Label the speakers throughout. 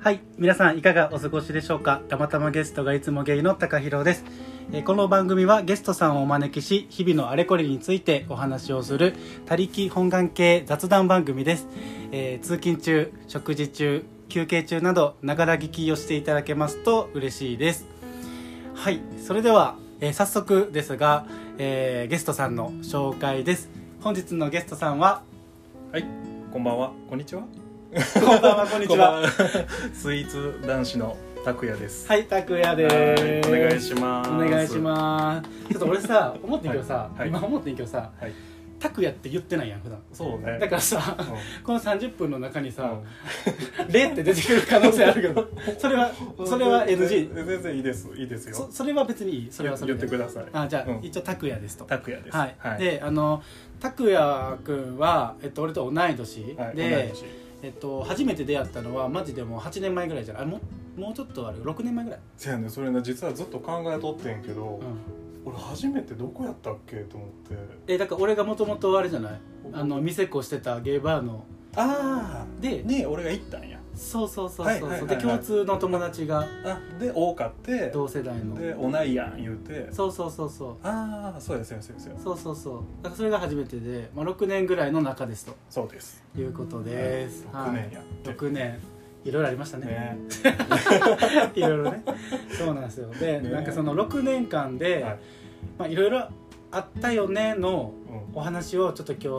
Speaker 1: はい皆さんいかがお過ごしでしょうかたまたまゲストがいつもゲイの高弘ですえーこの番組はゲストさんをお招きし日々のあれこれについてお話をする「他力本願系雑談番組」です、えー通勤中食事中休憩中などながら聞きをしていただけますと嬉しいですはいそれでは、えー早速ですが、えーゲストさんの紹介です本日のゲストさんは
Speaker 2: はい、こんばんは、こんにちは。
Speaker 1: こんばんはこんにちは
Speaker 2: こんばんは。スイーツ男子の拓也です。
Speaker 1: はい拓也です
Speaker 2: はいお願いします。
Speaker 1: お願いしますちょっと俺さ思ってんけどさ、
Speaker 2: はいはい
Speaker 1: 今思ってんけどさ
Speaker 2: す。はい、
Speaker 1: 「拓也」って言ってないやん普段
Speaker 2: そうね。
Speaker 1: だからさ
Speaker 2: うん
Speaker 1: この30分の中に
Speaker 2: う
Speaker 1: さ
Speaker 2: ん
Speaker 1: 「レ」って出てくる可能性あるけ どそれはそれは NG
Speaker 2: 全全然いいです、いいですよ。
Speaker 1: そそれは別にいいそれはそれで
Speaker 2: 言ってください
Speaker 1: あじゃあ、
Speaker 2: うん
Speaker 1: 一応拓也ですと
Speaker 2: 拓也です。
Speaker 1: はい、
Speaker 2: はい、
Speaker 1: であの拓也君は、えっと、俺と同い年
Speaker 2: はい、
Speaker 1: で、
Speaker 2: 同い年
Speaker 1: えっと、初めて出会ったのはマジでもう8年前ぐらいじゃないあもうもうちょっとある6年前ぐらい、
Speaker 2: せやね、それね、実はずっと考えとってんけど、
Speaker 1: うん、
Speaker 2: 俺初めてどこやったっけと思って。
Speaker 1: えだから俺がもともとあれじゃないあの店子してたゲイバーの
Speaker 2: ああ
Speaker 1: で
Speaker 2: ね、俺が行ったんや。
Speaker 1: そうそうそうそう、
Speaker 2: はいはいはいはい
Speaker 1: で共通の友達が
Speaker 2: あ、で、多かって。
Speaker 1: 同世代の
Speaker 2: で、おないやん言うて。
Speaker 1: そうそうそうそう
Speaker 2: ああ、そうや、そうや、そうやそうや。
Speaker 1: そうそうそうだからそれが初めてで、まあ、6年ぐらいの中です
Speaker 2: そうです。
Speaker 1: ということです、
Speaker 2: 六年やって。
Speaker 1: 6年いろいろありましたね
Speaker 2: ね
Speaker 1: いろいろねそうなんですよで、
Speaker 2: ね
Speaker 1: なんかその6年間で、
Speaker 2: はいい
Speaker 1: まあ、いろいろあったよねの
Speaker 2: うん
Speaker 1: お話をちょっと今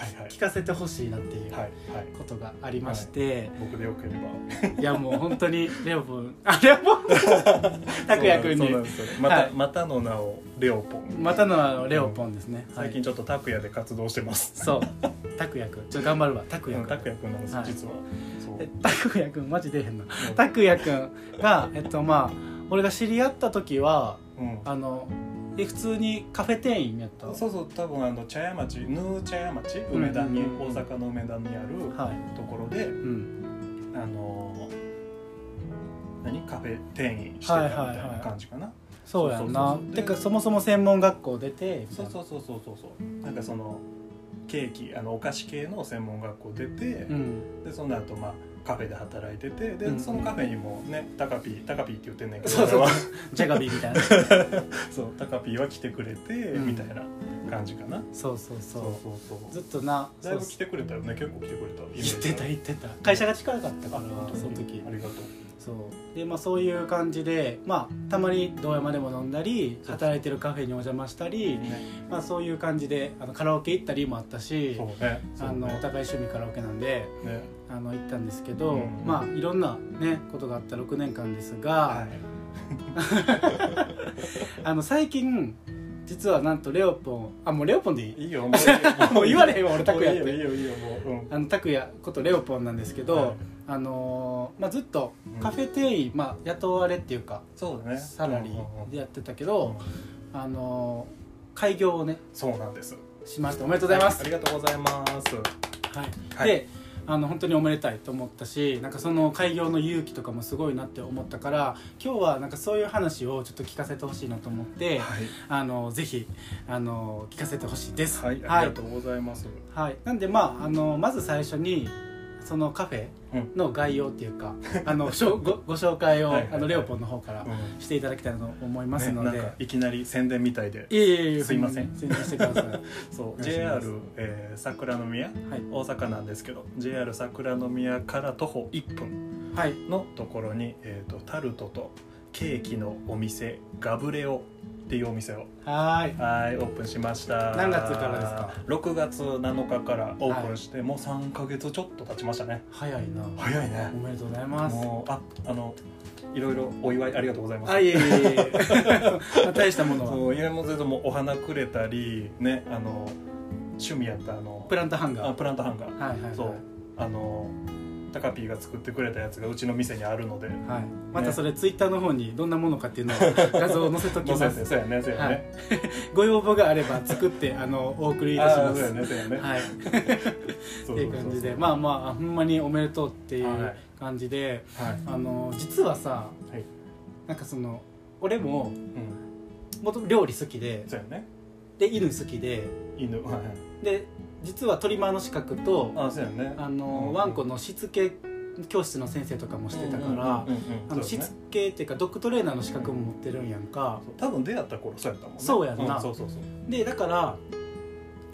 Speaker 2: はいはい
Speaker 1: 日聞かせてほしいなっていう
Speaker 2: はいはい
Speaker 1: ことがありまして、
Speaker 2: 僕でよければ
Speaker 1: いやもう本当にレオポンあレオ ポン 拓也君
Speaker 2: そうなん
Speaker 1: に
Speaker 2: ですよまた、
Speaker 1: はい
Speaker 2: またの名をレオポン、
Speaker 1: またのはレオポンですね、はい
Speaker 2: 最近ちょっと拓也で活動してます
Speaker 1: そう拓也君ちょっと頑張るわ拓
Speaker 2: う
Speaker 1: 也
Speaker 2: ん拓
Speaker 1: 君
Speaker 2: 也くんなんです、
Speaker 1: はい
Speaker 2: 実はそう
Speaker 1: え拓也君マジ出えへんな
Speaker 2: うん
Speaker 1: 拓也君がえっとまあ俺が知り合った時は
Speaker 2: うん
Speaker 1: あのえ普通にカフェ店員やった
Speaker 2: そうそう多分あの茶屋町ヌー茶屋町梅田に、
Speaker 1: うんうんうん
Speaker 2: 大阪の梅田にある
Speaker 1: はい
Speaker 2: ところで
Speaker 1: うん
Speaker 2: あのー何カフェ店員してたみたいな感じかな、
Speaker 1: そうやんな
Speaker 2: そうそうそうそう
Speaker 1: てかそもそも専門学校出てみた
Speaker 2: そ
Speaker 1: いうな
Speaker 2: そうそうそうそうそうなんかそのケーキあのお菓子系の専門学校出て、
Speaker 1: うん
Speaker 2: でその後まあカフェで働いててで、
Speaker 1: うん
Speaker 2: そのカフェにもねタカピータカピーって言ってんねんけど
Speaker 1: そうそう
Speaker 2: 俺は
Speaker 1: ジャガビーみ たいな
Speaker 2: そうタカピーは来てくれて、
Speaker 1: ん
Speaker 2: みたいな感じかな
Speaker 1: そうそう
Speaker 2: そ
Speaker 1: そうう
Speaker 2: そうそう
Speaker 1: ずっとな
Speaker 2: だいぶ来てくれたよね結構来てくれた
Speaker 1: 言ってた
Speaker 2: イメージ
Speaker 1: 言ってた会社が近かったか
Speaker 2: あ本当
Speaker 1: ら
Speaker 2: に
Speaker 1: その時
Speaker 2: ありがとう
Speaker 1: そうでまあそういう感じでまあたまに堂山でも飲んだり
Speaker 2: そうそう
Speaker 1: 働いてるカフェにお邪魔したり
Speaker 2: ね
Speaker 1: まあそういう感じであのカラオケ行ったりもあったし
Speaker 2: そうねそう
Speaker 1: あのお
Speaker 2: ね
Speaker 1: 互い趣味カラオケなんで
Speaker 2: ね
Speaker 1: あの行ったんですけど、
Speaker 2: うん
Speaker 1: まあいろんなねことがあった6年間ですが、
Speaker 2: はい
Speaker 1: あの最近実はなんとレオポンあもうレオポンでいい
Speaker 2: いいよもう
Speaker 1: もう言われへんわ俺
Speaker 2: た
Speaker 1: 拓
Speaker 2: く
Speaker 1: 也
Speaker 2: いい
Speaker 1: っ
Speaker 2: よいい
Speaker 1: て
Speaker 2: よいいよもううん
Speaker 1: あの拓也ことレオポンなんですけど、
Speaker 2: はい
Speaker 1: あのーまあ、ずっとカフェ店員、まあ、雇われっていうか
Speaker 2: そうだね
Speaker 1: サラリーでやってたけど、
Speaker 2: うんうんうん
Speaker 1: あの開業をね
Speaker 2: そうなんです
Speaker 1: しましておめでとうございます
Speaker 2: あ、りがとうございます
Speaker 1: はい
Speaker 2: はい
Speaker 1: であの本当におめでたいと思ったしなんかその開業の勇気とかもすごいなって思ったから今日はなんかそういう話をちょっと聞かせてほしいなと思って
Speaker 2: はい
Speaker 1: あのぜひあの聞かせてほしいです
Speaker 2: はいあ
Speaker 1: は
Speaker 2: り
Speaker 1: い
Speaker 2: がとうございます
Speaker 1: はいなんでまああのまず最初にそのカフェの概要っていう か、あのしょごご紹介を
Speaker 2: はいはいはい
Speaker 1: あのレオポンの方から
Speaker 2: うん
Speaker 1: していただきたいと思います
Speaker 2: ね、
Speaker 1: の
Speaker 2: なん
Speaker 1: で、
Speaker 2: かいきなり宣伝みたいで
Speaker 1: いえいえいえ
Speaker 2: すいません
Speaker 1: 宣伝してください
Speaker 2: そう
Speaker 1: お願い
Speaker 2: JR
Speaker 1: します、
Speaker 2: えー桜の宮
Speaker 1: はい
Speaker 2: 大阪なんですけど JR 桜の宮から徒歩1分
Speaker 1: はい
Speaker 2: のところに、えー、とタルトとケーキのお店ガブレオっていうお店を
Speaker 1: はーい
Speaker 2: はいオープンしました
Speaker 1: 何月からですか
Speaker 2: 6月7日からオープンして、もう3か月ちょっと経ちましたね
Speaker 1: 早いな
Speaker 2: 早いね
Speaker 1: おめでとうございます
Speaker 2: もうああのいろいろお祝いありがとうございます
Speaker 1: あいえいえいえまあ 大したものは
Speaker 2: そういやもうずっともうお花くれたりねあの趣味やったあの
Speaker 1: プラントハンガー
Speaker 2: あプラントハンガー
Speaker 1: はいはいはい
Speaker 2: そうあのタカピーが作ってくれたやつがうちの店にあるので
Speaker 1: はい、またそれツイッターの方にどんなものかって いうのを画像を載せとき
Speaker 2: 載
Speaker 1: ま
Speaker 2: せ
Speaker 1: す
Speaker 2: てそうやねそうやね、
Speaker 1: ご要望があれば作ってあのお送りいたし
Speaker 2: ああ
Speaker 1: ま
Speaker 2: ー
Speaker 1: す
Speaker 2: そうやねそうやね、
Speaker 1: はい、っ
Speaker 2: そ
Speaker 1: ていう感じでまあまあほんまにおめでとうってい
Speaker 2: は
Speaker 1: う
Speaker 2: い
Speaker 1: 感じで、
Speaker 2: あはい、
Speaker 1: あの実はさ、
Speaker 2: はい
Speaker 1: なんかその俺も
Speaker 2: うん、
Speaker 1: もともと料理好きで
Speaker 2: そうやね
Speaker 1: で犬好きで
Speaker 2: 犬はいはい
Speaker 1: で実はトリマーの資格と
Speaker 2: あーそうやね
Speaker 1: あの、
Speaker 2: うん
Speaker 1: ワンコのしつけ教室の先生とかもしてたから、
Speaker 2: うんうんうん
Speaker 1: あのしつけっていうかドッグトレーナーの資格も持ってるんやんか、
Speaker 2: 多分出会った頃そうやったもんね
Speaker 1: そうやんな
Speaker 2: うんそうそうそう
Speaker 1: でだから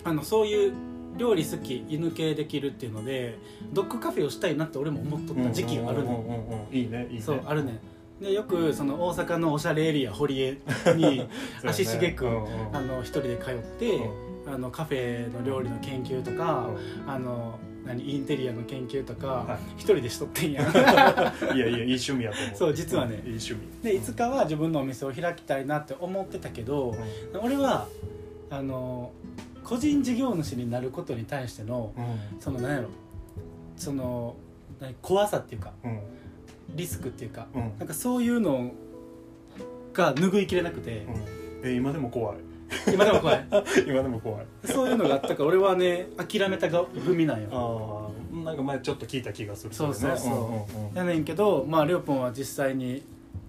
Speaker 1: あのそういう料理好き犬系できるっていうのでドッグカフェをしたいなって俺も思っとった時期がある
Speaker 2: ね
Speaker 1: ね、
Speaker 2: いいねいいね
Speaker 1: ん、そうあるねんでよくその大阪のおしゃれエリア堀江 に
Speaker 2: そうやね
Speaker 1: 足しげく
Speaker 2: うんうん
Speaker 1: あの一人で通って、あのカフェの料理の研究とか、あの何インテリアの研究とか、
Speaker 2: は
Speaker 1: 一人でしとってんや ん
Speaker 2: いやいやいい趣味やと思う
Speaker 1: そう実はね
Speaker 2: いい趣味
Speaker 1: でいつかは自分のお店を開きたいなって思ってたけど俺はあの個人事業主になることに対しての
Speaker 2: うん
Speaker 1: その何やろその何怖さっていうか
Speaker 2: うん
Speaker 1: リスクっていうか
Speaker 2: うん
Speaker 1: なんかそういうのが拭いきれなくて
Speaker 2: う、んえ今でも怖い
Speaker 1: 今でも怖い
Speaker 2: 今でも怖い
Speaker 1: そういうのがあったから俺はね諦めたが組なんよ
Speaker 2: ああなんか前ちょっと聞いた気がする
Speaker 1: そうそうそうん
Speaker 2: んうん
Speaker 1: やねんけどまありょうぽんは実際に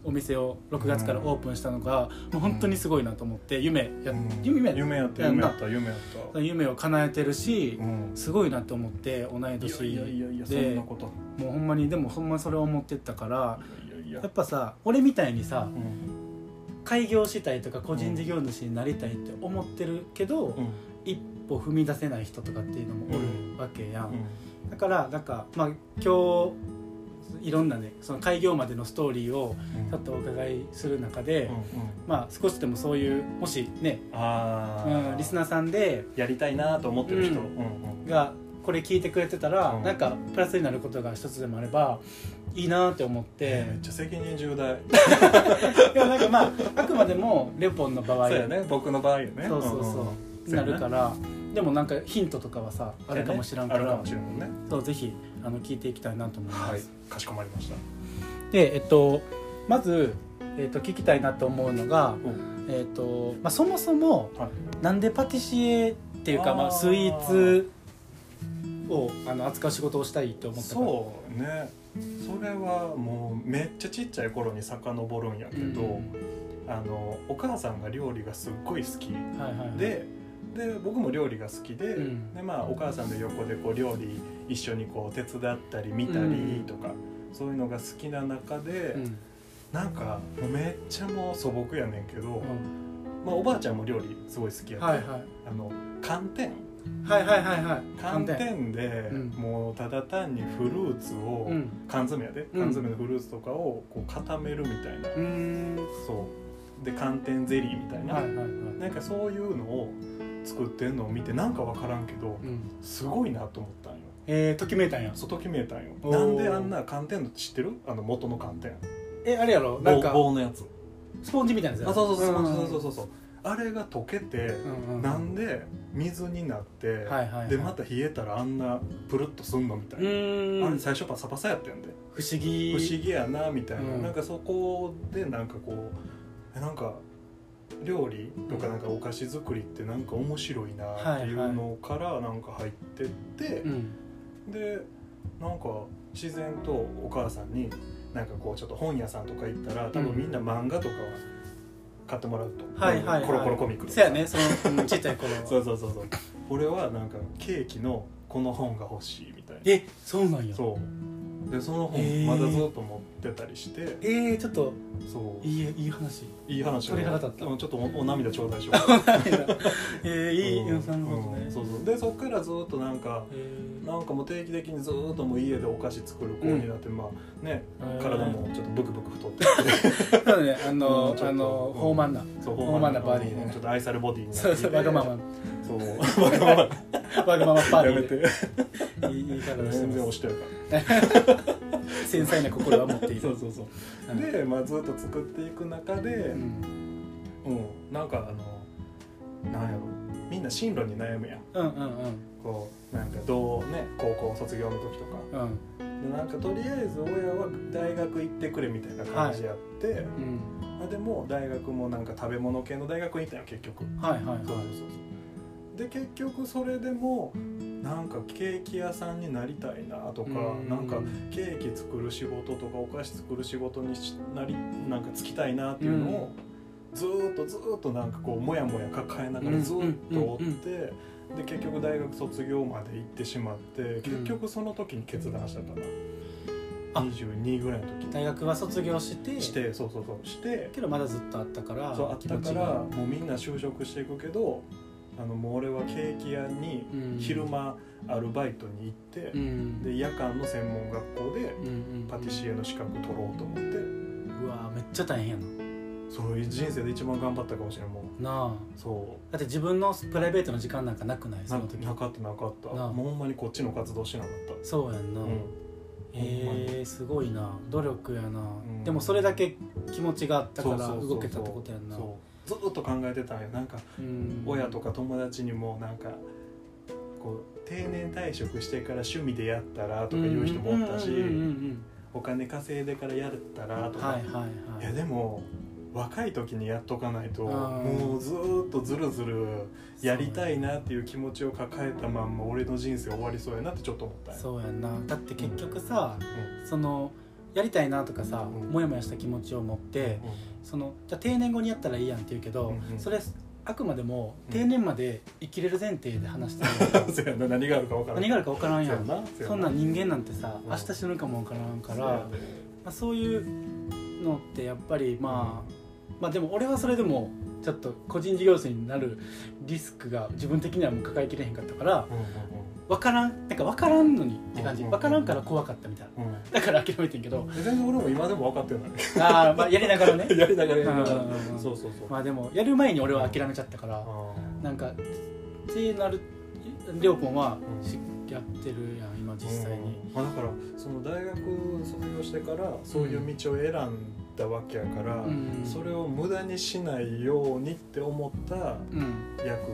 Speaker 1: お店を6月からオープンしたのが、もう本当にすごいなと思って夢や、
Speaker 2: うん
Speaker 1: 夢
Speaker 2: 夢やった
Speaker 1: やん
Speaker 2: 夢や
Speaker 1: な
Speaker 2: った夢やった
Speaker 1: 夢を叶えてるし、
Speaker 2: うん
Speaker 1: すごいなと思って同い
Speaker 2: い
Speaker 1: 年
Speaker 2: やいやいやいやそん
Speaker 1: で
Speaker 2: な
Speaker 1: も
Speaker 2: こと
Speaker 1: うほんまにでもほんまにそれを思ってったから
Speaker 2: いやいやい
Speaker 1: や
Speaker 2: や
Speaker 1: っぱさ俺みたいにさ
Speaker 2: うん
Speaker 1: 開業したいとか個人事業主になりたいって思ってるけど、
Speaker 2: うん
Speaker 1: 一歩踏み出せない人とかっていうのもお
Speaker 2: うん
Speaker 1: るわけやん、
Speaker 2: うん
Speaker 1: だからなんかまあ今日いろんなねその開業までのストーリーをちょっとお伺いする中で、
Speaker 2: うんうん
Speaker 1: まあ少しでもそういうもしね、
Speaker 2: あ
Speaker 1: うん、リスナ
Speaker 2: ー
Speaker 1: ーさんで
Speaker 2: やりたいなと思ってる人、
Speaker 1: うん
Speaker 2: うんうん
Speaker 1: がこれ聞いてくれてたら、
Speaker 2: うん
Speaker 1: なんかプラスになることが一つでもあればいいなって思って
Speaker 2: めっちゃ責任重
Speaker 1: い
Speaker 2: 大
Speaker 1: やなんかまああくまでもレポンの場合
Speaker 2: そうやね僕の場合よね
Speaker 1: そうそうそうなるからら、でもなんかヒントとかはさあるかもしらんか
Speaker 2: あるからもしれんもんね
Speaker 1: そうぜひあの聞いていきたいなと思います。
Speaker 2: はいかしこまりました
Speaker 1: でえっとまず、えっと、聞きたいなと思うのが、
Speaker 2: うん
Speaker 1: えっとまあ、そもそも
Speaker 2: はい
Speaker 1: なんでパティシエっていうか
Speaker 2: あー
Speaker 1: まあ、スイーツをあの扱う仕事をしたいと思ったから
Speaker 2: そうねそれはもうめっちゃちっちゃい頃に遡るんやけど、
Speaker 1: うん
Speaker 2: あのお母さんが料理がすっごい好き
Speaker 1: はいはいはい、
Speaker 2: でで僕も料理が好きで,、
Speaker 1: うん
Speaker 2: でまあ、お母さんの横でこう料理一緒にこう手伝ったり見たりとか、そういうのが好きな中で、
Speaker 1: うん
Speaker 2: なんかもうめっちゃもう素朴やねんけど、
Speaker 1: うん
Speaker 2: まあ、おばあちゃんも料理すごい好きやった、
Speaker 1: はいはい
Speaker 2: あの寒天
Speaker 1: はいはいはいはい寒
Speaker 2: 寒
Speaker 1: 天
Speaker 2: 天で、
Speaker 1: うん
Speaker 2: もうただ単にフルーツを、
Speaker 1: うん
Speaker 2: 缶詰やで
Speaker 1: うん
Speaker 2: 缶詰のフルーツとかをこう固めるみたいな、
Speaker 1: うーん
Speaker 2: そうで寒天ゼリーみたいな、
Speaker 1: はいはいはいうん
Speaker 2: なんかそういうのを作ってるのを見てなんか分からんけどすごいなと思ったんよ
Speaker 1: えー、ときめいたんや
Speaker 2: 外決めたんよ
Speaker 1: おー
Speaker 2: なんであんな寒天の知ってるあの元の寒天
Speaker 1: えあれやろなんか
Speaker 2: 棒棒のやつ
Speaker 1: スポンジみたいなやつや
Speaker 2: あ
Speaker 1: ろ
Speaker 2: そうそうそうそうそう
Speaker 1: う
Speaker 2: そうそうあれが溶けて、
Speaker 1: んうんうん
Speaker 2: なんで水になって、
Speaker 1: はいはいはい
Speaker 2: でまた冷えたらあんなプルッとすんのみたいうな、
Speaker 1: ー
Speaker 2: あ
Speaker 1: ん
Speaker 2: れ最初パサパサやったやんで、
Speaker 1: 不思議
Speaker 2: 不思議やなみたいな、
Speaker 1: うん
Speaker 2: なんかそこでなんかこうえなんか料理とか
Speaker 1: うん
Speaker 2: なんかお菓子作りってなんか面白いなってい
Speaker 1: はいうはい
Speaker 2: のからなんか入ってって、
Speaker 1: うん
Speaker 2: でなんか自然とお母さんになんかこうちょっと本屋さんとか行ったら多分みんな漫画とかは買ってもらうと、
Speaker 1: はいはい、はい、
Speaker 2: コロコロコミックとか
Speaker 1: そうやねその、うん、ちっちゃい頃は
Speaker 2: そうそうそうそう俺はなんかケーキのこの本が欲しいみたいな
Speaker 1: えそうなんや
Speaker 2: そうでその
Speaker 1: へー
Speaker 2: 本まだずっと持ってたりして、
Speaker 1: えー、ちょっと
Speaker 2: そう
Speaker 1: いいいい 話
Speaker 2: いい話を
Speaker 1: 鳥肌立った
Speaker 2: うんちょっとおお涙ちょうだいしよう
Speaker 1: えー、いい、
Speaker 2: うん
Speaker 1: なるほどね、
Speaker 2: うんそうそうでそっからずっとなんか
Speaker 1: え
Speaker 2: なんかもう定期的にずっともう家でお菓子作る子になって、まあね
Speaker 1: ー
Speaker 2: 体もちょっとブクブク太ってき て
Speaker 1: えーそうだねあの、
Speaker 2: うんちょっと
Speaker 1: あの
Speaker 2: うん
Speaker 1: 豊満な
Speaker 2: そう
Speaker 1: ほんまなバディね
Speaker 2: うんちょっと愛されボディになって
Speaker 1: そ
Speaker 2: いうて
Speaker 1: そうわが まま
Speaker 2: そうわがま
Speaker 1: わがままパ
Speaker 2: ま
Speaker 1: ー
Speaker 2: や
Speaker 1: テ
Speaker 2: め
Speaker 1: ィー
Speaker 2: て
Speaker 1: でいい言い方して
Speaker 2: 全然
Speaker 1: ま
Speaker 2: 押
Speaker 1: す
Speaker 2: してるか
Speaker 1: 繊細な心は持ってい
Speaker 2: ら
Speaker 1: る
Speaker 2: そうそうそう
Speaker 1: うん
Speaker 2: で、まあ、ずっと作っていく中で、
Speaker 1: う
Speaker 2: うん
Speaker 1: ん
Speaker 2: なんかあのなんやろみんな進路に悩むやん
Speaker 1: うんうん
Speaker 2: こうなんかどうね高校卒業の時とか
Speaker 1: うんうん
Speaker 2: でなんかとりあえず親は大学行ってくれみたいな感じやって、
Speaker 1: うん
Speaker 2: あでも大学もなんか食べ物系の大学に行ったよ結局
Speaker 1: はいはい
Speaker 2: そうそう
Speaker 1: は
Speaker 2: そうで結局それでもなんかケーキ屋さんになりたいなと
Speaker 1: い
Speaker 2: かなんかケーキ作る仕事とかお菓子作る仕事にしなりなんかつきたいなっていうのを、ずーっとずーっとなんかこうモヤモヤ抱えながらずーっと追って、で結局大学卒業まで行ってしまって結局その時に決断したかな、
Speaker 1: あ
Speaker 2: 22ぐらいの時に
Speaker 1: 大学は卒業して
Speaker 2: してそうそうそうして
Speaker 1: けどまだずっとあったから
Speaker 2: そうあった
Speaker 1: 気持
Speaker 2: か
Speaker 1: ち
Speaker 2: ら
Speaker 1: が
Speaker 2: もうみんな就職していくけどあのもう俺はケーキ屋に
Speaker 1: うん
Speaker 2: 昼間アルバイトに行って
Speaker 1: う、ん
Speaker 2: で夜間の専門学校で
Speaker 1: うんうん
Speaker 2: パティシエの資格取ろうと思って、
Speaker 1: うわめっちゃ大変や
Speaker 2: そういう人生で一番頑張ったかもしれんもう
Speaker 1: ななあ
Speaker 2: そ
Speaker 1: だって自分のプライベートの時間なんかなくないうそ
Speaker 2: な
Speaker 1: の時
Speaker 2: なかったなかった
Speaker 1: なあ
Speaker 2: もうほんまにこっちの活動してなかっ
Speaker 1: そうやんな、
Speaker 2: た、うん
Speaker 1: えー、すごいな努力やな、
Speaker 2: ん
Speaker 1: でもそれだけ気持ちがあったから
Speaker 2: そうそうそうそう
Speaker 1: 動けたってことやんな
Speaker 2: そうずっと考えてたんよなんか
Speaker 1: うん
Speaker 2: 親とか友達にもなんかこう定年退職してから趣味でやったらとか言う人もおったし、
Speaker 1: うんうんうんうん
Speaker 2: お金稼いでからやったら
Speaker 1: う
Speaker 2: と
Speaker 1: ん
Speaker 2: か、
Speaker 1: はいはい
Speaker 2: い、
Speaker 1: は
Speaker 2: や
Speaker 1: い
Speaker 2: でも若い時にやっとかないと、
Speaker 1: うん
Speaker 2: もうずーっとずるずるやりたいなっていう気持ちを抱えたまんま俺の人生終わりそうやなってちょっと思ったんよ
Speaker 1: そうやんなだって結局さ、そのやりたいなとかさ、
Speaker 2: うん
Speaker 1: もやもやした気持ちを持って
Speaker 2: うん
Speaker 1: そのじゃあ定年後にやったらいいやんって言うけど、
Speaker 2: うんうん
Speaker 1: それあくまでも
Speaker 2: うん
Speaker 1: 定年まで生きれる前提で話してる、
Speaker 2: そうやな何があるか分からん
Speaker 1: 何があるか分からんやん
Speaker 2: そうやなそうやな
Speaker 1: そんなん人間なんてさ、
Speaker 2: うん
Speaker 1: 明日死ぬかも分からんか
Speaker 2: そうや
Speaker 1: ら
Speaker 2: で
Speaker 1: まあ、そういうのってやっぱりまあ、まあでも俺はそれでもちょっと個人事業主になるリスクが自分的にはもう抱えきれへんかったから
Speaker 2: うん
Speaker 1: 分からんなんか分からんのにって感じ
Speaker 2: うん
Speaker 1: 分からんから怖かったみたいな
Speaker 2: うんうんうん
Speaker 1: だから諦めてんけど
Speaker 2: 全然俺も今でも分かってるの ね
Speaker 1: あー、まあやりながらね
Speaker 2: やりながらやりながら
Speaker 1: うんうんうん
Speaker 2: そうそうそう、
Speaker 1: まあでもやる前に俺は諦めちゃったから
Speaker 2: あ
Speaker 1: なんかってなるりょうくんは
Speaker 2: うん
Speaker 1: しやってるやん今
Speaker 2: ー
Speaker 1: 実際に、
Speaker 2: うんまあ、だからその大学卒業してからそういう道を選んだわけやから、
Speaker 1: うん
Speaker 2: それを無駄にしないようにって思った
Speaker 1: うん、
Speaker 2: 約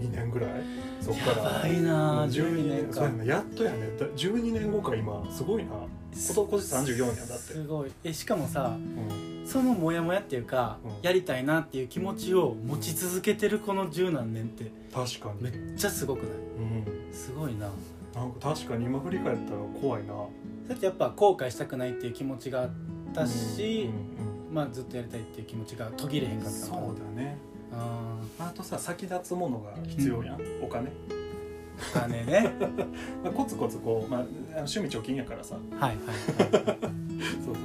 Speaker 2: 12年ぐらいそっ
Speaker 1: や
Speaker 2: から
Speaker 1: ばいな12年
Speaker 2: そうや
Speaker 1: 間
Speaker 2: なやっとやねだ12年後か今すごいな今年34やだって、
Speaker 1: すごいえしかもさ
Speaker 2: うん
Speaker 1: そのモヤモヤっていうか、
Speaker 2: うん
Speaker 1: やりたいなっていう気持ちを持ち続けてるこの十何年って
Speaker 2: 確か
Speaker 1: め
Speaker 2: に、
Speaker 1: っちゃすごくない
Speaker 2: うん、
Speaker 1: すごいな
Speaker 2: なんか確かに今振り返ったら怖いな
Speaker 1: だってやっぱ後悔したくないっていう気持ちがあったし、
Speaker 2: うんうん
Speaker 1: まあずっとやりたいっていう気持ちが途切れへんかった
Speaker 2: そ
Speaker 1: から
Speaker 2: うだね
Speaker 1: あ
Speaker 2: あとさ先立つものが必要やん、お金、
Speaker 1: ーお金ね
Speaker 2: まあ、コツコツこう、まあ、あの趣味貯金やからさ
Speaker 1: はいはいはい
Speaker 2: そうそう
Speaker 1: そ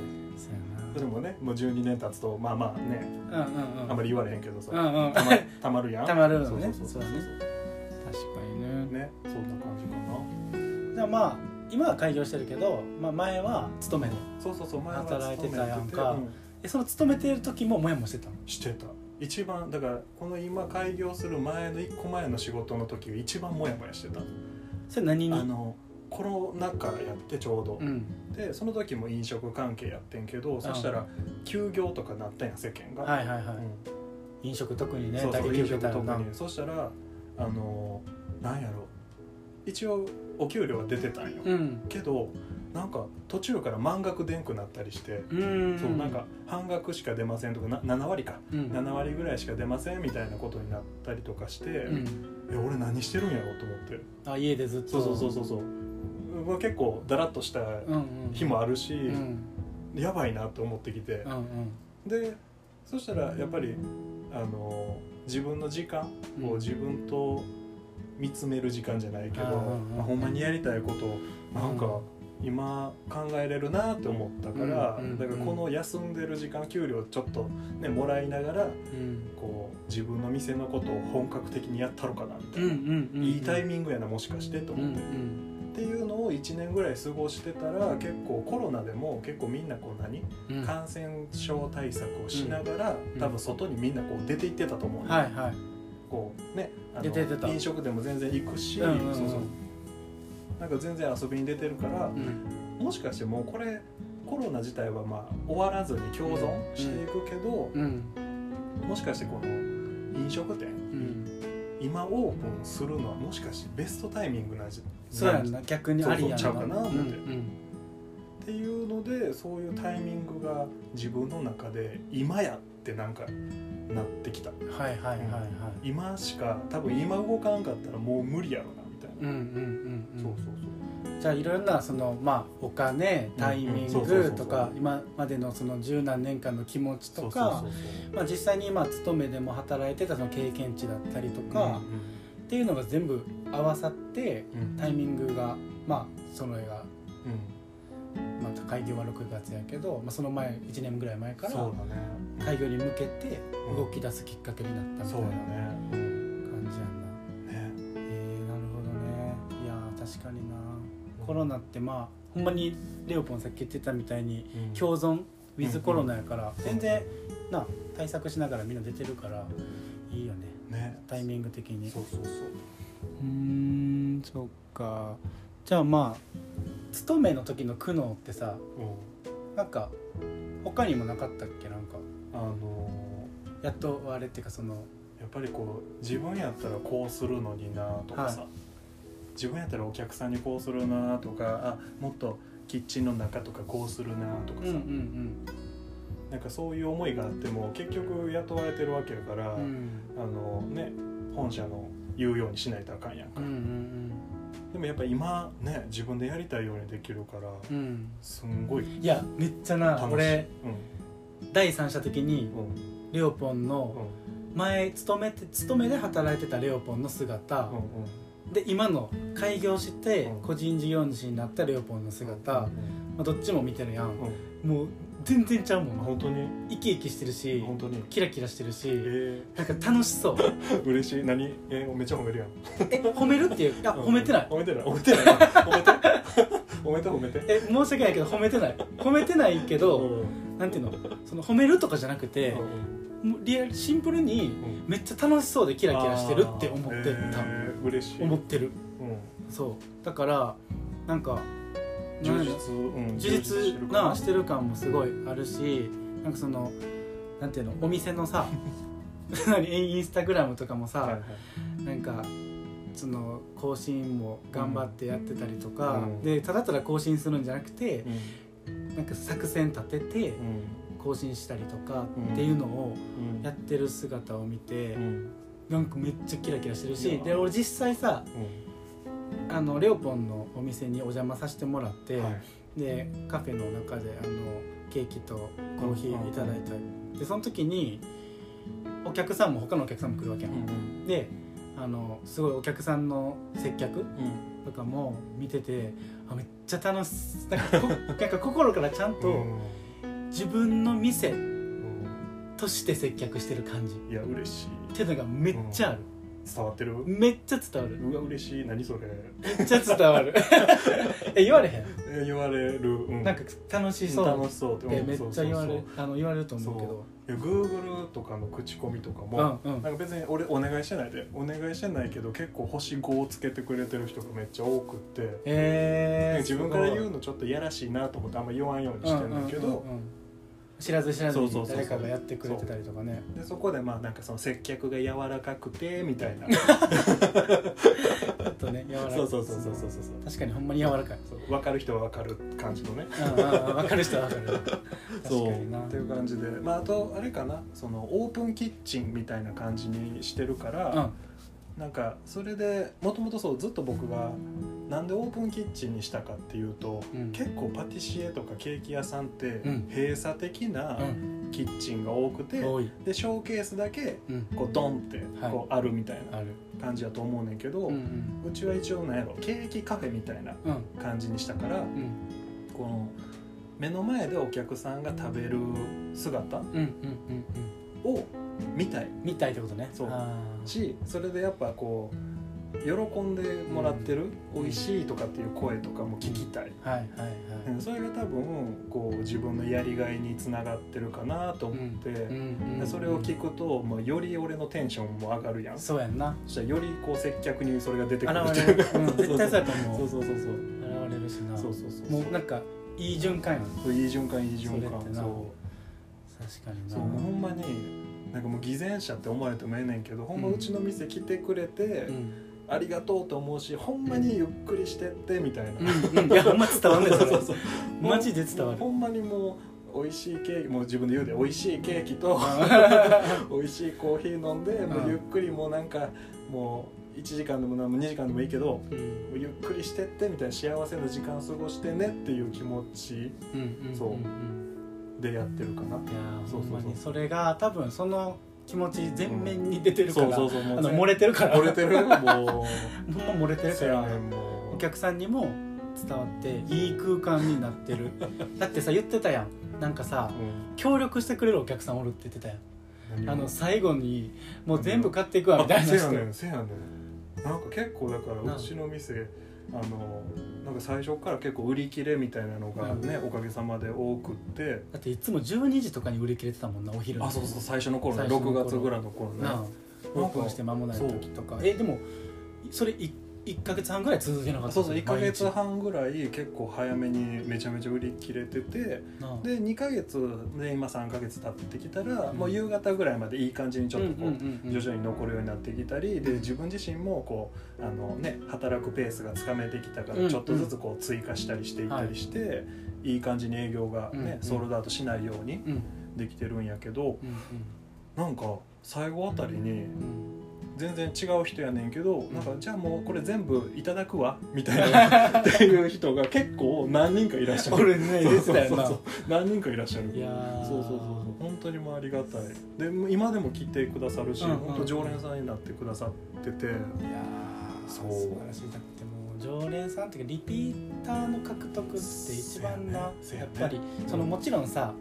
Speaker 2: それもねもう12年経つとまあまあね
Speaker 1: うやなうんうんうん
Speaker 2: あんまり言われへんけど
Speaker 1: う
Speaker 2: さ
Speaker 1: んうん
Speaker 2: たまたまるやん
Speaker 1: たまるのね
Speaker 2: そうそうそう
Speaker 1: そう確かにね
Speaker 2: ねそんな感じかな
Speaker 1: じゃあまあ今は開業してるけど、まあ、前は勤めで
Speaker 2: そうそうそう前は
Speaker 1: 働いてたやんか
Speaker 2: 勤めてて
Speaker 1: えその勤めてる時もモヤモヤしてたの
Speaker 2: うんしてた一番だからこの今開業する前の一個前の仕事の時が一番モヤモヤしてた、
Speaker 1: それ何に
Speaker 2: あのコロナ禍やってちょうど、
Speaker 1: うん
Speaker 2: でその時も飲食関係やってんけどそしたら休業とかなったんや世間が、
Speaker 1: はいはいはい、
Speaker 2: うん
Speaker 1: 飲食特にね
Speaker 2: そうそう飲
Speaker 1: 受け
Speaker 2: 食
Speaker 1: た
Speaker 2: 特
Speaker 1: らな
Speaker 2: にそしたらあのなんやろ一応お給料は出てたんよ、
Speaker 1: うん
Speaker 2: けどなんか途中から満額でんくなったりして、
Speaker 1: うん
Speaker 2: そうなんか半額しか出ませんとかな7割か、
Speaker 1: うん
Speaker 2: 7割ぐらいしか出ませんみたいなことになったりとかして、
Speaker 1: うん
Speaker 2: え俺何してるんやろうと思って
Speaker 1: あ家でずっと
Speaker 2: そうそうそうそううそう、まあ、結構だらっとした
Speaker 1: うんうん
Speaker 2: 日もあるし、
Speaker 1: うん
Speaker 2: やばいなと思ってきて
Speaker 1: うんう、ん
Speaker 2: でそしたらやっぱりあの自分の時間
Speaker 1: うん
Speaker 2: を自分と見つめる時間じゃないけど、
Speaker 1: あーうんうん
Speaker 2: まあほんまにやりたいことをなん
Speaker 1: う
Speaker 2: か今考えれるなって思ったから、
Speaker 1: うんうんうん
Speaker 2: だからこの休んでる時間給料ちょっとねもらいながら
Speaker 1: うん
Speaker 2: こう自分の店のことを本格的にやったろかなみた
Speaker 1: う
Speaker 2: い
Speaker 1: んう
Speaker 2: な、
Speaker 1: んうん
Speaker 2: いいタイミングやなもしかしてと
Speaker 1: うん
Speaker 2: 思
Speaker 1: う
Speaker 2: って、
Speaker 1: ん
Speaker 2: っていうのを1年ぐらい過ごしてたら結構コロナでも結構みんなこう何
Speaker 1: うんは
Speaker 2: 感染症対策をしながら、
Speaker 1: うん
Speaker 2: 多分外にみんなこう出て行ってたと思
Speaker 1: い
Speaker 2: う、ね
Speaker 1: はい
Speaker 2: こうねあの
Speaker 1: 出て行ってた
Speaker 2: 飲食でも全然行くし、
Speaker 1: うんうんうん
Speaker 2: そうそうなんか全然遊びに出てるから
Speaker 1: う、ん
Speaker 2: もしかしてもうこれコロナ自体はまあ終わらずに共存していくけど、
Speaker 1: うん
Speaker 2: もしかしてこの飲食店
Speaker 1: うん
Speaker 2: 今オープンするのはもしかしてベストタイミングなんじゃ
Speaker 1: そうやん
Speaker 2: な
Speaker 1: な逆にありやん
Speaker 2: そうそうちゃうかな
Speaker 1: うん
Speaker 2: 思って
Speaker 1: うん
Speaker 2: っていうのでそういうタイミングが自分の中で今やってなんかなってきた。
Speaker 1: はいはいはいはい
Speaker 2: 今しか多分今動かんかったらもう無理やろなみたい
Speaker 1: うん
Speaker 2: な、
Speaker 1: うんうんうん
Speaker 2: そうそう
Speaker 1: じゃあいろんなそのまあお金タイミン
Speaker 2: うんうんそうそうそう
Speaker 1: グ
Speaker 2: そう
Speaker 1: とか今までのその十何年間の気持ち
Speaker 2: そ
Speaker 1: と
Speaker 2: う
Speaker 1: か
Speaker 2: そうそう
Speaker 1: まあ、実際に今勤めでも働いてたその経験値だったりと
Speaker 2: そう
Speaker 1: か、っていうのが全部合わさって
Speaker 2: うんうんうん
Speaker 1: タイミングがまあその絵が、
Speaker 2: うん
Speaker 1: まあ、まあ、開業は6月やけど、まあ、その前1年ぐらい前から
Speaker 2: そうだね
Speaker 1: 開業に向けて動き出すきっかけになったみた
Speaker 2: そ
Speaker 1: いうな
Speaker 2: だ
Speaker 1: 感
Speaker 2: ね
Speaker 1: じやんな。
Speaker 2: ね
Speaker 1: えー、なるほどねいやー確かになコロナってまあほんまにレオポンさっき言ってたみたいに
Speaker 2: うん
Speaker 1: 共存 with コロナやから
Speaker 2: ん
Speaker 1: 全然な対策しながらみんな出てるからいいよね
Speaker 2: ね
Speaker 1: タイミング的に
Speaker 2: そうそうそう
Speaker 1: うーんそっかじゃあまあ勤めの時の苦悩ってさ
Speaker 2: うん
Speaker 1: なんか他にもなかったっけなんか
Speaker 2: あの
Speaker 1: 雇われっていうかその
Speaker 2: ーやっぱりこう自分やったらこうするのになとかさ、
Speaker 1: は
Speaker 2: 自分やったらお客さんにこうするなとかあもっとキッチンの中とかこうするなとかさ、
Speaker 1: ん
Speaker 2: なんかそういう思いがあっても結局雇われてるわけやから、
Speaker 1: うんうん
Speaker 2: あのね本社の言うようにしないとあかんやんか、
Speaker 1: うんうん
Speaker 2: でもやっぱ今ね自分でやりたいようにできるから、
Speaker 1: うんうん
Speaker 2: すんごい
Speaker 1: いやめっちゃな
Speaker 2: 楽しい
Speaker 1: 俺第三者的に
Speaker 2: うんうん
Speaker 1: レオポン
Speaker 2: う
Speaker 1: の
Speaker 2: ん
Speaker 1: 前勤めて勤めで働いてたレオポンの姿
Speaker 2: うんうん
Speaker 1: で今の開業して
Speaker 2: うん
Speaker 1: 個人事業主になったレオポンの姿、
Speaker 2: う
Speaker 1: ま
Speaker 2: ん
Speaker 1: あ、どっちも見てるやん
Speaker 2: うんうん
Speaker 1: もう全然ちゃうもんな
Speaker 2: 本当に
Speaker 1: 生き生きしてるし
Speaker 2: 本当に
Speaker 1: キラキラしてるし
Speaker 2: え
Speaker 1: なんか楽しそう
Speaker 2: ー、嬉しい何えー、めっちゃ褒めるやん
Speaker 1: え褒めるっていういや
Speaker 2: うん
Speaker 1: 褒めてない
Speaker 2: 褒めてない褒めてない褒めて褒めて褒めて
Speaker 1: え申し訳ないけど褒めてない褒めてないけ
Speaker 2: う
Speaker 1: ど
Speaker 2: ん
Speaker 1: なんていうのその褒めるとかじゃなくて
Speaker 2: うん
Speaker 1: もうリアルシンプルに
Speaker 2: うん
Speaker 1: めっちゃ楽しそうでキラキラしてるって思ってた、
Speaker 2: あーえー嬉しい
Speaker 1: 思ってる
Speaker 2: うん
Speaker 1: そうだからなんか
Speaker 2: 充
Speaker 1: なんやろ
Speaker 2: 実、うん、
Speaker 1: 充
Speaker 2: してる
Speaker 1: 実
Speaker 2: から
Speaker 1: なしてる感もすごいあるしなんかそのなんていうのお店の さ何インスタグラムとかもさ、
Speaker 2: はいはい
Speaker 1: なんかその更新も頑張ってやってたりとか、
Speaker 2: うん
Speaker 1: でただただ更新するんじゃなくて
Speaker 2: う、ん
Speaker 1: なんか作戦立てて更新したりとかっていうのを
Speaker 2: うんうん
Speaker 1: やってる姿を見て、
Speaker 2: うん
Speaker 1: なんかめっちゃキラキラしてるし
Speaker 2: いや
Speaker 1: で俺実際さ
Speaker 2: うん
Speaker 1: あのレオポンのお店にお邪魔させてもらって、
Speaker 2: はい
Speaker 1: でカフェの中であのケーキとコーヒーいただいたりでその時にお客さんも他のお客さんも来るわけや、
Speaker 2: うんん
Speaker 1: であのすごいお客さんの接客
Speaker 2: うん
Speaker 1: とかも見ててあめっちゃ楽しいなん かこなんか心からちゃんと自分の店
Speaker 2: うん
Speaker 1: として接客してる感じっ
Speaker 2: いや嬉しい
Speaker 1: ていうのがめっちゃある、
Speaker 2: 伝わってる
Speaker 1: めっちゃ伝わる
Speaker 2: うわ嬉しい何それ
Speaker 1: めっちゃ伝わる え言われへん
Speaker 2: え言われる、うん、
Speaker 1: なんか楽しそう
Speaker 2: 楽しそうって
Speaker 1: って
Speaker 2: うん
Speaker 1: めっちゃ言われ
Speaker 2: そう
Speaker 1: あの言われると思うけど
Speaker 2: そうそういや Google とかの口コミとかも、
Speaker 1: うんうん
Speaker 2: なんか別に俺お願いしてないでお願いしてないけど結構星5をつけてくれてる人がめっちゃ多くって、
Speaker 1: えー、
Speaker 2: 自分から言
Speaker 1: す
Speaker 2: うのちょっとやらしいなと思ってあんま言わんように
Speaker 1: ごい
Speaker 2: してんだけど、
Speaker 1: うんうんうんうん知らず知らずに
Speaker 2: そうそうそう
Speaker 1: 誰
Speaker 2: そう
Speaker 1: かがやってくれてたりとかね
Speaker 2: でそこでまあなんかその接客が柔らかくてみたいな
Speaker 1: ちょっとね柔らかい
Speaker 2: そうそうそうそうそうそう
Speaker 1: 確かにほんまに柔らかい
Speaker 2: そう分かる人は分かる感じの ね
Speaker 1: うんうん分かる人は分かる確かにな
Speaker 2: っていう感じでまああとあれかなそのオープンキッチンみたいな感じにしてるから、なんかそれでもともとそうずっと僕がなんでオープンキッチンにしたかっていうと、
Speaker 1: うん
Speaker 2: 結構パティシエとかケーキ屋さんって
Speaker 1: うん
Speaker 2: 閉鎖的な
Speaker 1: うん
Speaker 2: キッチンが多くて、
Speaker 1: うん多い
Speaker 2: でショーケースだけ
Speaker 1: うん
Speaker 2: こうドンってこうあるみたいな
Speaker 1: ある
Speaker 2: 感じだと思うねんけど、
Speaker 1: う
Speaker 2: うんちは一応なんやろケーキカフェみたいな
Speaker 1: うん
Speaker 2: 感じにしたから、
Speaker 1: うん
Speaker 2: この目の前でお客さんが食べる姿
Speaker 1: うんうんうんうんうん
Speaker 2: を見たい
Speaker 1: みたいってことね
Speaker 2: そう
Speaker 1: あー
Speaker 2: しそれでやっぱこう喜んでもらってる、
Speaker 1: うん
Speaker 2: 美味しいとかっていう声とかも聞きたい、
Speaker 1: はいはいはい
Speaker 2: うんそれが多分こう自分のやりがいにつながってるかなと思って、
Speaker 1: うんう
Speaker 2: で
Speaker 1: ん
Speaker 2: それを聞くと、まあ、より俺のテンションも上がるやんそ
Speaker 1: そうやんな
Speaker 2: したらよりこう接客にそれが出てくるって
Speaker 1: 現
Speaker 2: い
Speaker 1: れるう
Speaker 2: う
Speaker 1: ん絶対そうやと
Speaker 2: そ
Speaker 1: 思
Speaker 2: う
Speaker 1: う
Speaker 2: そうそうそう
Speaker 1: 現れるしな
Speaker 2: そうそうそう
Speaker 1: もうなんかいい循環やん
Speaker 2: そういい循環いい循
Speaker 1: それっ
Speaker 2: 環
Speaker 1: てな
Speaker 2: そう
Speaker 1: 確かにな
Speaker 2: そうもうほんまになんかもう偽善者って思われてもええねんけどほんま
Speaker 1: うん
Speaker 2: うちの店来てくれて、
Speaker 1: うん
Speaker 2: ありがとうと思うしほんまにゆっくりしてってみたいな、
Speaker 1: うんうんいやほんま伝わんねんそれ
Speaker 2: そうそうそう
Speaker 1: マジで伝わる
Speaker 2: ほんまにもう美味しいケーキもう自分で言うで美味しいケーキと 美味しいコーヒー飲んでも
Speaker 1: うん
Speaker 2: うゆっくりもうなんかもう1時間でもなんも2時間でもいいけども
Speaker 1: うん
Speaker 2: うゆっくりしてってみたいな幸せな時間過ごしてねっていう気持ち
Speaker 1: うんうん
Speaker 2: そうん
Speaker 1: ん
Speaker 2: でやってるかな。
Speaker 1: いやー
Speaker 2: そ
Speaker 1: ほ
Speaker 2: うんそうそう
Speaker 1: まにそれが多分その気持ち全面に出てるから
Speaker 2: そう
Speaker 1: あ
Speaker 2: そうそうも う
Speaker 1: の漏れてるから
Speaker 2: 漏れてるもう
Speaker 1: ほんま漏れてるか
Speaker 2: せや
Speaker 1: ら
Speaker 2: ねんもう
Speaker 1: お客さんにも伝わっていい空間になってるだってさ言ってたやんなんかさ協力してくれるお客さんおるって言ってたやんあの最後にもう全部買っていくわみたいな
Speaker 2: せ
Speaker 1: 人
Speaker 2: やねんせやねんなんか結構だからうちの店あのなんか最初から結構売り切れみたいなのがね、おかげさまで多くって
Speaker 1: だっていつも12時とかに売り切れてたもんなお昼に
Speaker 2: あそうそう最初の頃ね
Speaker 1: 最初の
Speaker 2: 6
Speaker 1: 頃
Speaker 2: 月ぐらいの頃ね
Speaker 1: なあオープンして間もない時とか
Speaker 2: そう
Speaker 1: えでもそれ 1, 1ヶ月半ぐらい続けなかった
Speaker 2: そうそう1か月
Speaker 1: 毎
Speaker 2: 半ぐらい結構早めにめちゃめちゃ売り切れてて
Speaker 1: 日なあ
Speaker 2: で2か月で今3か月経ってきたら、
Speaker 1: うん
Speaker 2: もう夕方ぐらいまでいい感じにちょっとこう,、
Speaker 1: うんうんうんうん
Speaker 2: 徐々に残るようになってきたりで自分自身もこうあの、ね、働くペースがつかめてきたか
Speaker 1: うん
Speaker 2: らちょっとずつこう追加したりしていったりして、い、い感じに営業が、
Speaker 1: うんう
Speaker 2: ね
Speaker 1: ん
Speaker 2: ソールドアウトしないように
Speaker 1: うんうん
Speaker 2: できてるんやけどなんか最後あたりに
Speaker 1: うんうん
Speaker 2: 全然違う人やねんけど
Speaker 1: ん
Speaker 2: なんかじゃあもうこれ全部いただくわみた いなっていう人が結構何人かいらっ しゃる。
Speaker 1: 俺ね言ってたよな
Speaker 2: そうそうそう何人かいらっしゃる
Speaker 1: いやー
Speaker 2: そうそうそうそう本当にもうありがたいでもう今でも来てくださるし、
Speaker 1: うんうん
Speaker 2: 本当常連さんになってくださってて、
Speaker 1: いやー
Speaker 2: そう
Speaker 1: 素晴らしいだってもう常連さんっていうかリピーターの獲得って一番な、
Speaker 2: せや
Speaker 1: やっ
Speaker 2: ね
Speaker 1: ぱりそのもちろんさ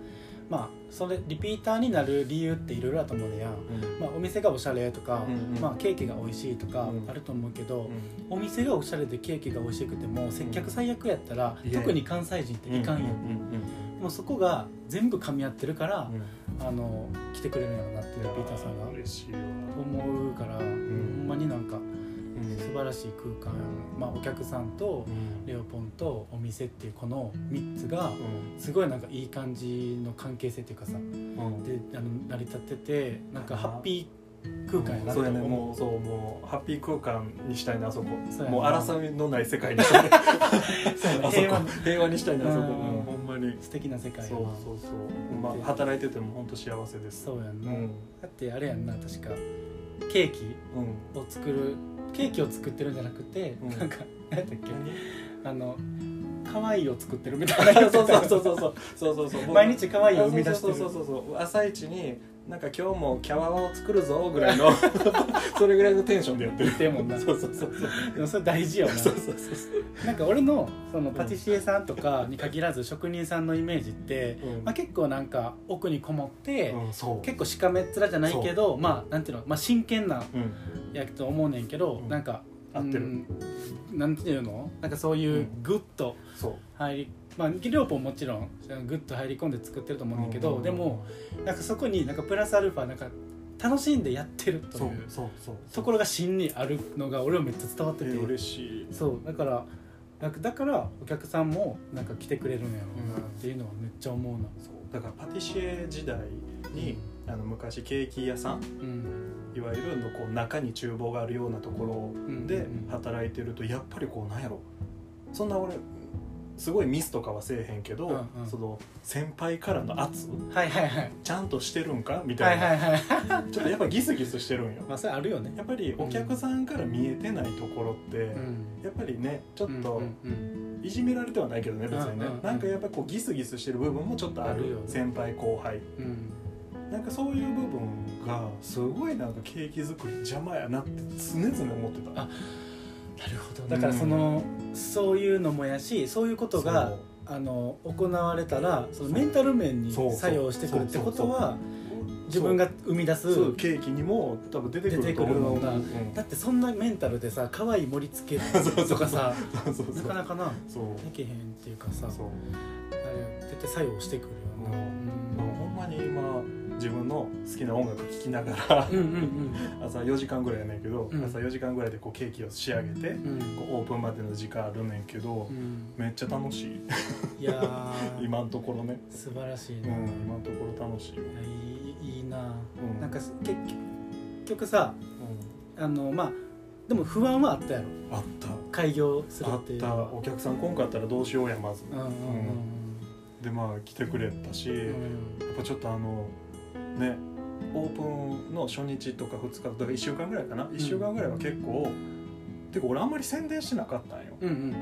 Speaker 1: まあそれリピーターになる理由っていろいろあると思うねやん、
Speaker 2: うん
Speaker 1: まあ、お店がおしゃれとか、
Speaker 2: うんうん
Speaker 1: まあ、ケーキが美味しいとか
Speaker 2: うん
Speaker 1: あると思うけど、
Speaker 2: うん
Speaker 1: お店がおしゃれでケーキが美味しくても接客最悪やったら、
Speaker 2: うん
Speaker 1: 特に関西人っていかんよ、
Speaker 2: うん
Speaker 1: もうそこが全部噛み合ってるから
Speaker 2: うん、うん
Speaker 1: あの来てくれるんやろなっていうリピーターさんが
Speaker 2: いや嬉しいわ、
Speaker 1: と思うから、ほんまになんか
Speaker 2: うん
Speaker 1: 素晴らしい空間、まあ、お客さんと
Speaker 2: うん
Speaker 1: レオポンとお店っていうこの3つが
Speaker 2: うん
Speaker 1: すごいなんかいい感じの関係性っていうかさ
Speaker 2: うん
Speaker 1: であの成り立っててなんかハッピー空間やなと
Speaker 2: そうやね
Speaker 1: 思う
Speaker 2: もうそうもうハッピー空間にしたいなあそこ
Speaker 1: そうやな
Speaker 2: もう争いのない世界にしたいあ
Speaker 1: そうやね
Speaker 2: そこ
Speaker 1: 平和
Speaker 2: 平和にしたいなあそこ
Speaker 1: うん
Speaker 2: もうほんまに
Speaker 1: 素敵な世界やな
Speaker 2: そうそうそうまあ働いてても本当幸せです
Speaker 1: そうやん
Speaker 2: う
Speaker 1: な、
Speaker 2: ん
Speaker 1: だってあれやんな確かケーキ
Speaker 2: うん
Speaker 1: を作るケーキを作ってるんじゃなくて、
Speaker 2: うん
Speaker 1: なんか何やったっけ
Speaker 2: 何
Speaker 1: あの可愛いを作ってるみたいな
Speaker 2: そうそうそうそうそうそうそうそう
Speaker 1: 毎日可愛いを生み出してる
Speaker 2: そうそうそうそうそう朝一になんか今日もキャワワを作るぞぐらいのそれぐらいのテンションでやってる
Speaker 1: 言ってるもんな
Speaker 2: そうそうそうそう
Speaker 1: でもそれ大事よな
Speaker 2: そうそうそうそう
Speaker 1: なんか俺のそのパティシエさんとかに限らず職人さんのイメージって、
Speaker 2: うん
Speaker 1: まあ、結構なんか奥にこもって、
Speaker 2: うんそう
Speaker 1: 結構しかめっ面じゃないけどまあなんていうの、まあ、真剣な
Speaker 2: うん
Speaker 1: やと思うねんけど、
Speaker 2: うん
Speaker 1: なんか
Speaker 2: 合ってる
Speaker 1: うんなんていうのなんかそういううんグッと
Speaker 2: そう
Speaker 1: 入り、まあ両方もちろんグッと入り込んで作ってると思うねんだけど、でもなんかそこになんかプラスアルファなんか楽しんでやってると
Speaker 2: そ
Speaker 1: いうう
Speaker 2: そうそう
Speaker 1: ところが真にあるのが俺はめっちゃ伝わって
Speaker 2: え
Speaker 1: て、
Speaker 2: ー嬉しい
Speaker 1: そうだからなんかだからお客さんもなんか来てくれるんやろうなっていうのはめっちゃ思うな、
Speaker 2: そうだからパティシエ時代にあの昔ケーキ屋さん
Speaker 1: うん
Speaker 2: いわゆるのこう中に厨房があるようなところ
Speaker 1: うん
Speaker 2: で
Speaker 1: うん
Speaker 2: 働いてるとやっぱりこうなんやろそんな俺すごいミスとかはせえへんけど、
Speaker 1: うんうん
Speaker 2: その先輩からの圧
Speaker 1: はいはいはい
Speaker 2: ちゃんとしてるんかみた
Speaker 1: はい
Speaker 2: いな、
Speaker 1: はいはい
Speaker 2: ちょっとやっぱギスギスしてるんよ
Speaker 1: まあそれあるよね
Speaker 2: やっぱりお客さんから見えてないところって、
Speaker 1: うん
Speaker 2: やっぱりねちょっ
Speaker 1: う
Speaker 2: と
Speaker 1: んうん
Speaker 2: いじめられてはないけどね別に
Speaker 1: う
Speaker 2: ね、
Speaker 1: んうんうん
Speaker 2: なんかやっぱりこうギスギスしてる部分もちょっとある
Speaker 1: あるよ
Speaker 2: 先輩後輩
Speaker 1: うんうん
Speaker 2: なんかそういう部分がすごいなんかケーキ作り邪魔やなって常々思ってた
Speaker 1: あなるほどだからその、そういうのもやしそういうことがあの行われたらそのメンタル面に
Speaker 2: そうそう
Speaker 1: 作用してくるってこと
Speaker 2: そうそう
Speaker 1: は自分が生み出す
Speaker 2: そうケーキにも多分出てくると思う
Speaker 1: 出てくるような
Speaker 2: うん
Speaker 1: だってそんなメンタルでさ可愛い盛り付けとかさ
Speaker 2: そうそうそ
Speaker 1: な
Speaker 2: う
Speaker 1: かなかな
Speaker 2: そう
Speaker 1: できへんっていうかさ
Speaker 2: そう
Speaker 1: あれ絶対作用してくるよな、
Speaker 2: うんもうほんまに今自分の好きな音楽聴きながら
Speaker 1: うんうん
Speaker 2: 朝4時間ぐらいやねんけど、
Speaker 1: うん
Speaker 2: 朝4時間ぐらいでこうケーキを仕上げて、
Speaker 1: うんうん
Speaker 2: こうオープンまでの時間あるねんけど、
Speaker 1: うん
Speaker 2: めっちゃ楽しい
Speaker 1: いやー
Speaker 2: 今のところね、
Speaker 1: 素晴らしい
Speaker 2: うん
Speaker 1: な、、
Speaker 2: 今のところ楽しいよ、
Speaker 1: いやいいいいな
Speaker 2: うん、
Speaker 1: なんか結結局さ
Speaker 2: う
Speaker 1: あのまあでも不安はあったやろ
Speaker 2: ん、あった
Speaker 1: 開業する
Speaker 2: あ
Speaker 1: っ
Speaker 2: って
Speaker 1: いう
Speaker 2: たお客さん今回あったらどうしようやまず、
Speaker 1: うんうん
Speaker 2: でまあ来てくれたし、
Speaker 1: うんう
Speaker 2: や
Speaker 1: ん
Speaker 2: っぱちょっとあのねオープンの初日とか2日とか1週間ぐらいかな1週間ぐらいは結構、てか俺あんまり宣伝してなかったんよ、
Speaker 1: うんうん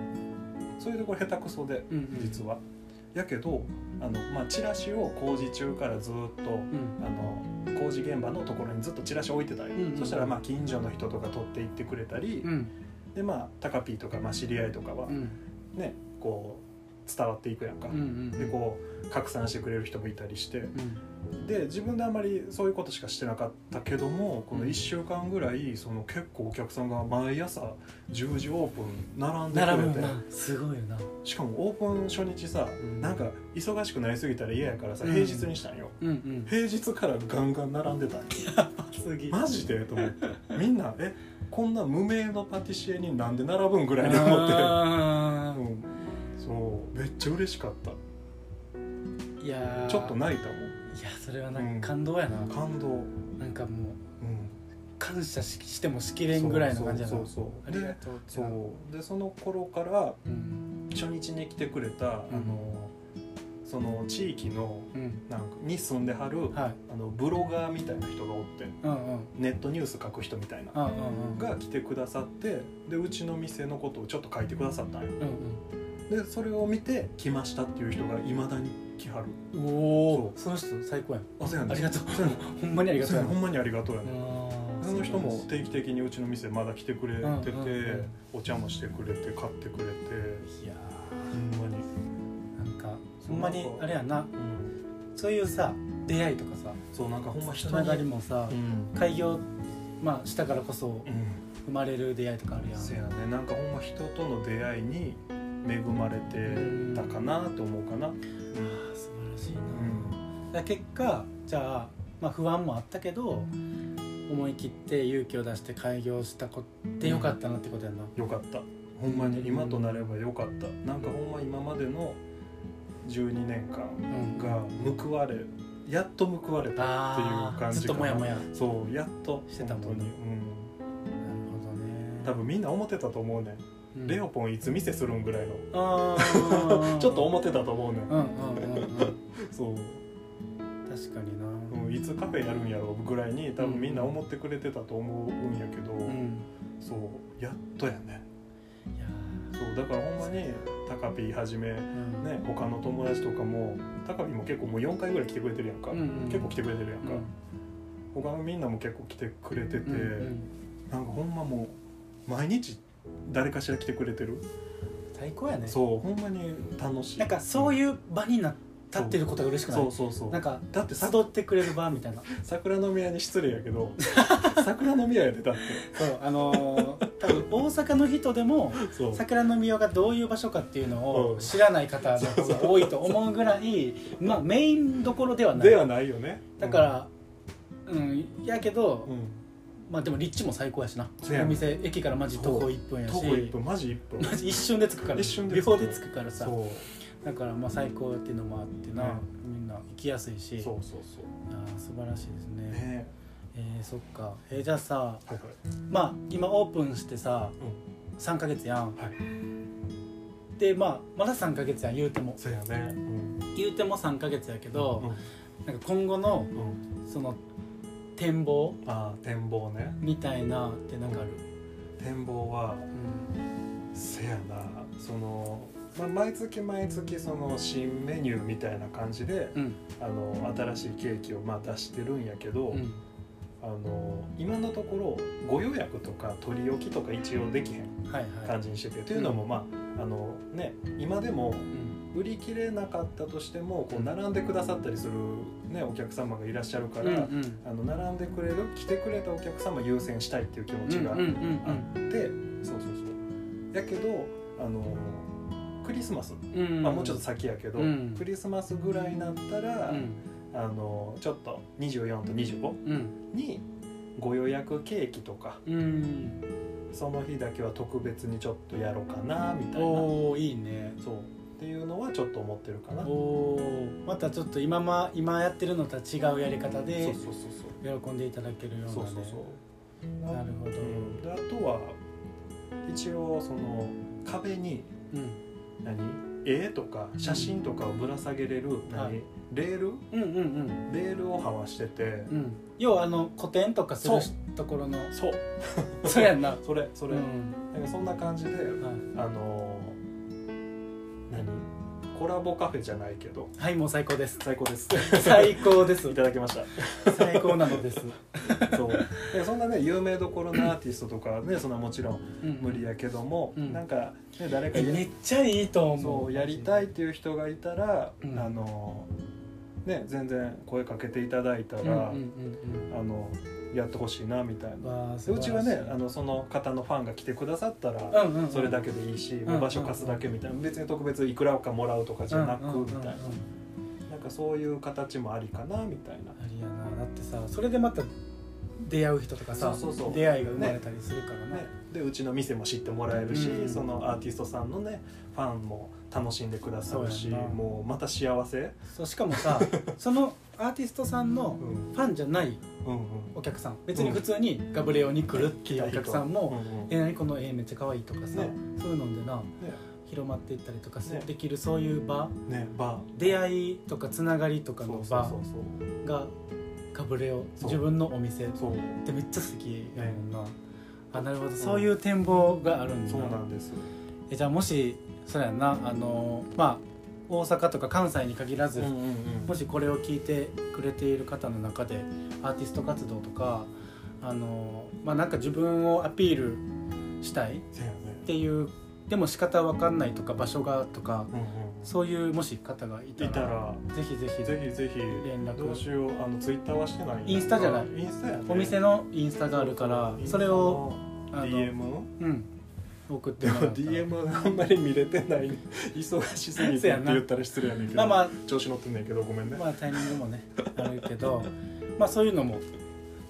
Speaker 2: そういうところ下手くそで
Speaker 1: うんうん
Speaker 2: 実は、やけどあの、まあ、チラシを工事中からずっと
Speaker 1: うん
Speaker 2: あの工事現場のところにずっとチラシ置いてたんよ、
Speaker 1: うんうん
Speaker 2: そしたらまあ近所の人とか取って行ってくれたり、
Speaker 1: うん
Speaker 2: でまあタカピーとかまあ知り合いとかは
Speaker 1: うん
Speaker 2: ねこう伝わっていくやんか、
Speaker 1: うんうん
Speaker 2: でこう拡散してくれる人もいたりしてで自分であんまりそういうことしかしてなかったけどもこの1週間ぐらいその結構お客さんが毎朝10時オープン並んで
Speaker 1: 並
Speaker 2: くれ
Speaker 1: ぶ
Speaker 2: て
Speaker 1: なすごいよな
Speaker 2: しかもオープン初日さ、
Speaker 1: うん
Speaker 2: なんか忙しくなりすぎたら嫌やからさ
Speaker 1: うん
Speaker 2: 平日にしたんよ、
Speaker 1: うん うん
Speaker 2: 平日からガンガン並んでたんよ
Speaker 1: 次
Speaker 2: マジでと思ってみんなえこんな無名のパティシエになんで並ぶんぐらいで思って、
Speaker 1: あ
Speaker 2: うん、そうめっちゃ嬉しかった
Speaker 1: ーいやー
Speaker 2: ちょっと
Speaker 1: い
Speaker 2: 泣いた
Speaker 1: やそれはな
Speaker 2: うん
Speaker 1: 感動やな
Speaker 2: もん感動、うん、
Speaker 1: なんかもう感謝ししてもしきれんぐらいの感じやな
Speaker 2: そうそうそう
Speaker 1: ありがとうってな
Speaker 2: そうでその頃から
Speaker 1: うん
Speaker 2: 初日に来てくれた、あのその地域の
Speaker 1: うん
Speaker 2: なんかに住んではる
Speaker 1: はい
Speaker 2: あのブロガーみたいな人がおって
Speaker 1: うんうん
Speaker 2: ネットニュース書く人みたいな
Speaker 1: うんうんうん
Speaker 2: が来てくださってでうちの店のことをちょっと書いてくださったんよ
Speaker 1: うん
Speaker 2: でそれを見て来ましたっていう人がいまだに来はる
Speaker 1: うんおおその人最高やん
Speaker 2: あそうやね
Speaker 1: ありがとう
Speaker 2: そうやね
Speaker 1: ほんまにありがとう
Speaker 2: そう
Speaker 1: や
Speaker 2: やね
Speaker 1: な
Speaker 2: ほんまにありがとうやね
Speaker 1: あー
Speaker 2: その人も
Speaker 1: 素晴らし
Speaker 2: 定期的にうちの店まだ来てくれて
Speaker 1: う
Speaker 2: て、
Speaker 1: んうんうん
Speaker 2: お茶もしてくれて買ってくれて
Speaker 1: いいや
Speaker 2: ほんまに、
Speaker 1: ーなんかほんまにあれやな
Speaker 2: うん、
Speaker 1: そういうさ出会いとかさ
Speaker 2: そうなんかほんま
Speaker 1: つ
Speaker 2: 人
Speaker 1: な
Speaker 2: に
Speaker 1: がりもさ
Speaker 2: うん、
Speaker 1: 開業まあしたからこそ
Speaker 2: うん、
Speaker 1: 生まれる出会いとかあるやん
Speaker 2: せやねなんかほんま人との出会いに恵まれてたかなと思うかな、
Speaker 1: あー素晴らしいな、だから結果じゃあ,、まあ不安もあったけど思い切って勇気を出して開業したこってよかったなってことやんな、
Speaker 2: よかったほんまに今となればよかったなんかほんま今までの12年間
Speaker 1: うん
Speaker 2: が報われやっと報われたっていう
Speaker 1: あー
Speaker 2: 感じかな
Speaker 1: ずっともやもやなる
Speaker 2: そうやっと
Speaker 1: してたもんね
Speaker 2: 本
Speaker 1: ほ
Speaker 2: 当に、
Speaker 1: ど
Speaker 2: う
Speaker 1: ね
Speaker 2: ん、多分みんな思ってたと思うね、
Speaker 1: うん
Speaker 2: ん、レオポンいつ店するんぐらいの
Speaker 1: あー
Speaker 2: ちょっと思ってたと思うね、
Speaker 1: うんうんうんうん
Speaker 2: ん、そう、
Speaker 1: 確かにな
Speaker 2: うん、いつカフェやるんやろうぐらいに多分みんな思ってくれてたと思うんやけど、
Speaker 1: うん
Speaker 2: そうやっとやね
Speaker 1: いや
Speaker 2: そうだからほんまにタカピーはじめ
Speaker 1: ーうん
Speaker 2: ね、他の友達とかも高見も結構もう4回ぐらい来てくれてるやんか、
Speaker 1: うんうん
Speaker 2: 結構来てくれてるやん
Speaker 1: う
Speaker 2: か、
Speaker 1: ん
Speaker 2: 他のみんなも結構来てくれてて、
Speaker 1: うんうん
Speaker 2: なんかほんまもう毎日誰かしら来てくれてる、
Speaker 1: 最高やね
Speaker 2: そうほんまに楽しい
Speaker 1: なんかそう
Speaker 2: う
Speaker 1: いう場にな立ってることが嬉しくない
Speaker 2: そうそうそう
Speaker 1: なんか
Speaker 2: だってさ
Speaker 1: 集ってくれる場みたいな
Speaker 2: 桜の宮に失礼やけど 桜の宮やでだって
Speaker 1: そうあのー多分大阪の人でも
Speaker 2: そう
Speaker 1: 桜の宮がどういう場所かっていうの
Speaker 2: う
Speaker 1: を
Speaker 2: ん
Speaker 1: 知らない方の方が多いと思うぐらい、まあ、メインどころではない
Speaker 2: ではないよね
Speaker 1: だか、ら、うんやけど、
Speaker 2: うんうん
Speaker 1: まあ、でも立地も最高やしな
Speaker 2: そうや
Speaker 1: お
Speaker 2: ね
Speaker 1: 店駅からマジ徒歩1分やし
Speaker 2: 徒歩1分マジ1分
Speaker 1: マジ一瞬で着くから
Speaker 2: 一瞬で
Speaker 1: 秒
Speaker 2: 着く
Speaker 1: で着くからさ
Speaker 2: そう
Speaker 1: だからまあ最高っていうのもあってな、
Speaker 2: ね
Speaker 1: みんな行きやすいし
Speaker 2: そうそうそ
Speaker 1: あー素晴らしいですね
Speaker 2: うね
Speaker 1: えー、そっか、えーじゃあさ
Speaker 2: はい
Speaker 1: まあ今オープンしてさ、3ヶ月やん
Speaker 2: はいはい
Speaker 1: でまあまだ3ヶ月やん言うても
Speaker 2: そうやねうん
Speaker 1: 言うても3ヶ月やけど、
Speaker 2: うん
Speaker 1: なんか今後の
Speaker 2: うん
Speaker 1: その展望
Speaker 2: あー展望ね
Speaker 1: みたいなってなんかある、
Speaker 2: 展望は
Speaker 1: うん
Speaker 2: せやなその、まあ、毎月毎月その新メニューみたいな感じで
Speaker 1: うん
Speaker 2: あの新しいケーキをまあ出してるんやけど、
Speaker 1: うん
Speaker 2: あの今のところご予約とか取り置きとか一応できへん
Speaker 1: はいはい
Speaker 2: 感、じにしてて、というのもまああのね今でも
Speaker 1: うん
Speaker 2: 売り切れなかったとしてもこう並んでくださったりする、ね、お客様がいらっしゃるか
Speaker 1: うん
Speaker 2: ら、あの並んでくれる来てくれたお客様優先したいっていう気持
Speaker 1: うん
Speaker 2: ちが
Speaker 1: うんうんうん
Speaker 2: あって、そうそうそうやけどあのクリスマス、
Speaker 1: うんうん
Speaker 2: まあ、もうちょっと先やけど、
Speaker 1: うん
Speaker 2: クリスマスぐらいになったら、
Speaker 1: うん
Speaker 2: あのちょっと24と25
Speaker 1: うん
Speaker 2: にご予約ケーキとか
Speaker 1: うん
Speaker 2: その日だけは特別にちょっとやろうかなみたいな
Speaker 1: おおいいね
Speaker 2: そうっていうのはちょっと思ってるかな。
Speaker 1: おおまたちょっと今ま今やってるのとは違うやり方
Speaker 2: そ
Speaker 1: で
Speaker 2: うそうそう
Speaker 1: 喜んでいただけるようなね
Speaker 2: そうそうそうそう
Speaker 1: なるほど、
Speaker 2: うんであとは一応その壁に
Speaker 1: うん
Speaker 2: 何絵とか写真とかをぶら下げれる何、
Speaker 1: はい
Speaker 2: レール
Speaker 1: うんうんうん
Speaker 2: レールをはわしてて、
Speaker 1: うん要はあの古典とかする
Speaker 2: そう
Speaker 1: ところの
Speaker 2: そう
Speaker 1: そうやんな
Speaker 2: それそれ、
Speaker 1: うん
Speaker 2: なんかそんな感じで
Speaker 1: はい
Speaker 2: あのー何コラボカフェじゃないけど
Speaker 1: はいもう最高です
Speaker 2: 最 高です
Speaker 1: 最高で
Speaker 2: い
Speaker 1: す
Speaker 2: ただきまし た
Speaker 1: 最高なのです、
Speaker 2: そうでそんなね有名どころのアーティストとかはねそんなもちろん
Speaker 1: うん
Speaker 2: 無理やけども、
Speaker 1: うん
Speaker 2: なんか、ね、誰か
Speaker 1: えめっちゃいいと思う
Speaker 2: そうやりたいっていう人がいたら、
Speaker 1: うん
Speaker 2: あのね全然声かけていただいたら、
Speaker 1: うんうんうん
Speaker 2: あのやってほしいなみたい
Speaker 1: うん
Speaker 2: な。
Speaker 1: わあ
Speaker 2: でうちはね
Speaker 1: 素晴らしい
Speaker 2: あのその方のファンが来てくださったら、
Speaker 1: うんうんうん
Speaker 2: それだけでいいし、
Speaker 1: んうん
Speaker 2: 場所貸すだけみたいな別に特別いくらかもらうとかじゃなくみたい
Speaker 1: うんうんう
Speaker 2: な、
Speaker 1: んうん
Speaker 2: なんかそういう形もありかなみたいな
Speaker 1: ありやなだってさそれでまた出会う人とかさ
Speaker 2: そうそうそう
Speaker 1: 出会いが生まれたりするからね
Speaker 2: ね、でうちの店も知ってもらえるし、
Speaker 1: うん
Speaker 2: そのアーティストさんのねファンも楽しんでくださる
Speaker 1: そ
Speaker 2: し
Speaker 1: うやんな
Speaker 2: もうまた幸せ、
Speaker 1: そうしかも さそのアーティストさんの
Speaker 2: うん
Speaker 1: ファンじゃない
Speaker 2: うん
Speaker 1: お客さん別に普通にガブレオに来るっていうお客さんも
Speaker 2: うんうん
Speaker 1: 「え何この絵めっちゃ可愛いとかさ、
Speaker 2: ね
Speaker 1: そういうのでな
Speaker 2: ね
Speaker 1: 広まっていったりとかす
Speaker 2: ね
Speaker 1: できるそういう場
Speaker 2: ねバ
Speaker 1: 出会いとかつながりと
Speaker 2: ー
Speaker 1: かの
Speaker 2: そう
Speaker 1: 場
Speaker 2: そうそう
Speaker 1: がガブレオ
Speaker 2: そう
Speaker 1: 自分のお店っ
Speaker 2: そう
Speaker 1: てめっちゃ好きやもんな、あなるほどそういう展望があるんだ
Speaker 2: そうなんです
Speaker 1: えじゃあもしそうやんなあのまあ大阪とか関西に限らず、
Speaker 2: うんうんうん
Speaker 1: もしこれを聞いてくれている方の中でアーティスト活動とかあの、まあ、なんか自分をアピールしたいっ
Speaker 2: そうやね
Speaker 1: ていうでも仕方わかんないとか場所がとか
Speaker 2: うん
Speaker 1: そういうもし方がいた
Speaker 2: うん
Speaker 1: ら
Speaker 2: いたら
Speaker 1: ぜひぜひ
Speaker 2: ぜひぜひ
Speaker 1: 連絡
Speaker 2: どうしようあのツイッターはしてない
Speaker 1: インスタじゃない
Speaker 2: あインスタやね
Speaker 1: お店のインスタがあるから
Speaker 2: うそう
Speaker 1: それをあの、
Speaker 2: DM
Speaker 1: うん、送って
Speaker 2: で も
Speaker 1: もらったら
Speaker 2: DM あんまり見れてない忙しすぎ
Speaker 1: そう
Speaker 2: て
Speaker 1: や
Speaker 2: って
Speaker 1: な
Speaker 2: 言ったら失礼やねんけど
Speaker 1: まあまあ
Speaker 2: 調子乗ってんねんけどごめんね、
Speaker 1: まあタイミングもね あるけどまあそういうのも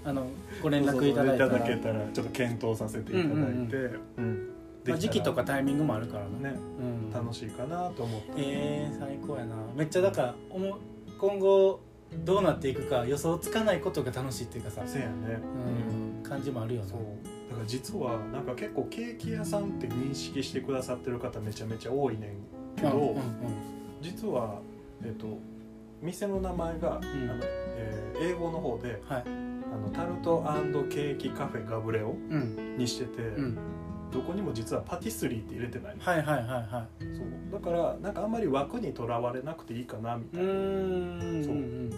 Speaker 1: あのご連
Speaker 2: そうそう
Speaker 1: 絡いただいたら
Speaker 2: いただけたらちょっと検討させていただいて、
Speaker 1: うんうん
Speaker 2: うん
Speaker 1: ま
Speaker 2: できたら
Speaker 1: あ、時期とかタイミングもあるからね
Speaker 2: ね
Speaker 1: うん、
Speaker 2: 楽しいかなと思って、
Speaker 1: えー、最高やなめっちゃだからおも今後どうなっていくか予想つかないことが楽しいっていうかさ、
Speaker 2: せやね
Speaker 1: うん感じもあるよね
Speaker 2: そうだから実はなんか結構ケーキ屋さんって認識してくださってる方めちゃめちゃ多いねんけど、
Speaker 1: うんうん
Speaker 2: 実はえっ、と店の名前が、あのえー英語の方で
Speaker 1: はい
Speaker 2: あのタルトケーキカフェガブレオ
Speaker 1: うん
Speaker 2: にしてて、
Speaker 1: うん
Speaker 2: どこにも実はパティスリーって入れてないの
Speaker 1: はいはいはいは
Speaker 2: そうだからなんかあんまり枠にとらわれなくていいかなみ
Speaker 1: いう
Speaker 2: たいな、
Speaker 1: ーん
Speaker 2: そうん
Speaker 1: ん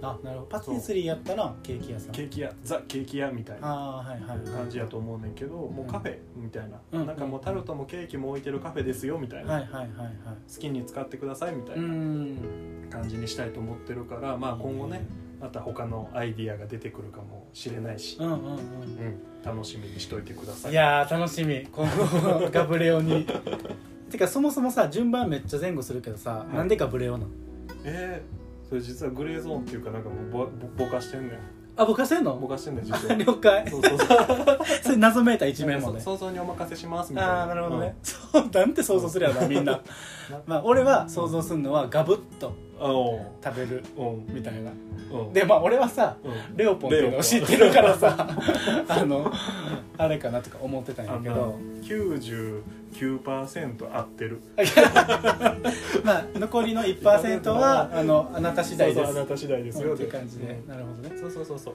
Speaker 1: あなるほどパティスリーやったらケーキ屋さん
Speaker 2: ケーキ屋ザケーキ屋みたいな
Speaker 1: ああはいはいはい
Speaker 2: 感じやと思うねんけど、もうカフェみたいな、
Speaker 1: うん
Speaker 2: なんかもうタルトもケーキも置いてるカフェですよみたいな、
Speaker 1: はいはいはいは
Speaker 2: 好きに使ってくださいみた
Speaker 1: いう
Speaker 2: いなん感じにしたいと思ってるから、まあ今後ねまた他のアイディアが出てくるかもしれないし
Speaker 1: う、んうんうん
Speaker 2: うん楽しみにしといてください
Speaker 1: いやー楽しみ今後ガブレオ にてかそもそもさ順番めっちゃ前後するけどさ、
Speaker 2: い
Speaker 1: なんでガブレオなの
Speaker 2: えー、それ実はグレーゾーンっていうかなんかもうぼぼぼかしてんねん
Speaker 1: あぼかせん
Speaker 2: ぼ
Speaker 1: の
Speaker 2: かしてんねん実
Speaker 1: あ
Speaker 2: は
Speaker 1: 了解
Speaker 2: そうそうそう
Speaker 1: それ謎めいた一面もね
Speaker 2: 想像にお任せしますみたいな
Speaker 1: ああなるほどね、そうなんて想像するやろなみん なまあ俺は想像するのはガブッと
Speaker 2: うんあおう
Speaker 1: 食べる
Speaker 2: うん
Speaker 1: みたいな
Speaker 2: うん
Speaker 1: でまあ俺はさ
Speaker 2: うん
Speaker 1: レオポンっていうのを知ってるから さあのあれかなとか思ってたんや
Speaker 2: あ
Speaker 1: け
Speaker 2: の
Speaker 1: ど
Speaker 2: 99%合ってる
Speaker 1: まあ残りの1%は あのあなた次第です
Speaker 2: そうそうあなた次第ですよ
Speaker 1: っていう感じで、なるほどね
Speaker 2: うんそうそうそうそう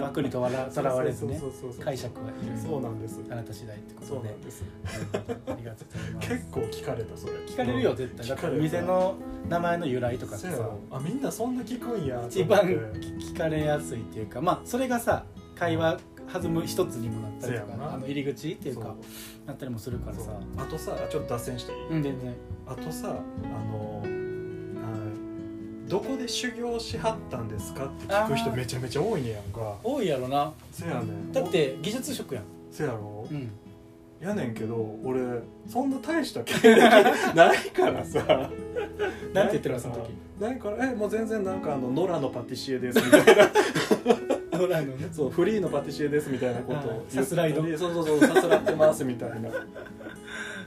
Speaker 1: 枠にとわらとらわれずね
Speaker 2: そうそうそうそう
Speaker 1: 解釈はいろいろ
Speaker 2: そうなんです
Speaker 1: あなた次第ってこ
Speaker 2: そ
Speaker 1: と
Speaker 2: う
Speaker 1: で
Speaker 2: なんです
Speaker 1: ありがとうございます
Speaker 2: 結構聞かれたそれ
Speaker 1: 聞かれるよ絶対だって
Speaker 2: 聞かれる
Speaker 1: 店の名前の由来と
Speaker 2: と
Speaker 1: か
Speaker 2: か
Speaker 1: って
Speaker 2: さ
Speaker 1: さ
Speaker 2: あみんなそんな聞くんや
Speaker 1: 一番
Speaker 2: と思って
Speaker 1: 聞かれやすいっていうかまあそれがさ会話弾む一つにもなったりと
Speaker 2: せや
Speaker 1: か
Speaker 2: な
Speaker 1: あの入り口っていう
Speaker 2: そ
Speaker 1: かなったりもするから
Speaker 2: そ
Speaker 1: さ
Speaker 2: うあとさちょっと脱線していい、
Speaker 1: うん全然
Speaker 2: あとさあのはいどこで修行しはったんですかって聞く人
Speaker 1: あー
Speaker 2: めちゃめちゃ多いねやんか
Speaker 1: 多いやろな
Speaker 2: せやねん
Speaker 1: だって技術職やん
Speaker 2: おせやろ、
Speaker 1: うん
Speaker 2: やねんけど俺そんな大した経歴ないからさ
Speaker 1: なんて言ってるのその時
Speaker 2: ないからえもう全然なんかあの野良のパティシエですみたいな
Speaker 1: ドラのね
Speaker 2: そうフリーのパティシエですみたいなこと
Speaker 1: あ
Speaker 2: を
Speaker 1: ーさすらいの
Speaker 2: 言ったりそうそうそうさすらってますみたいな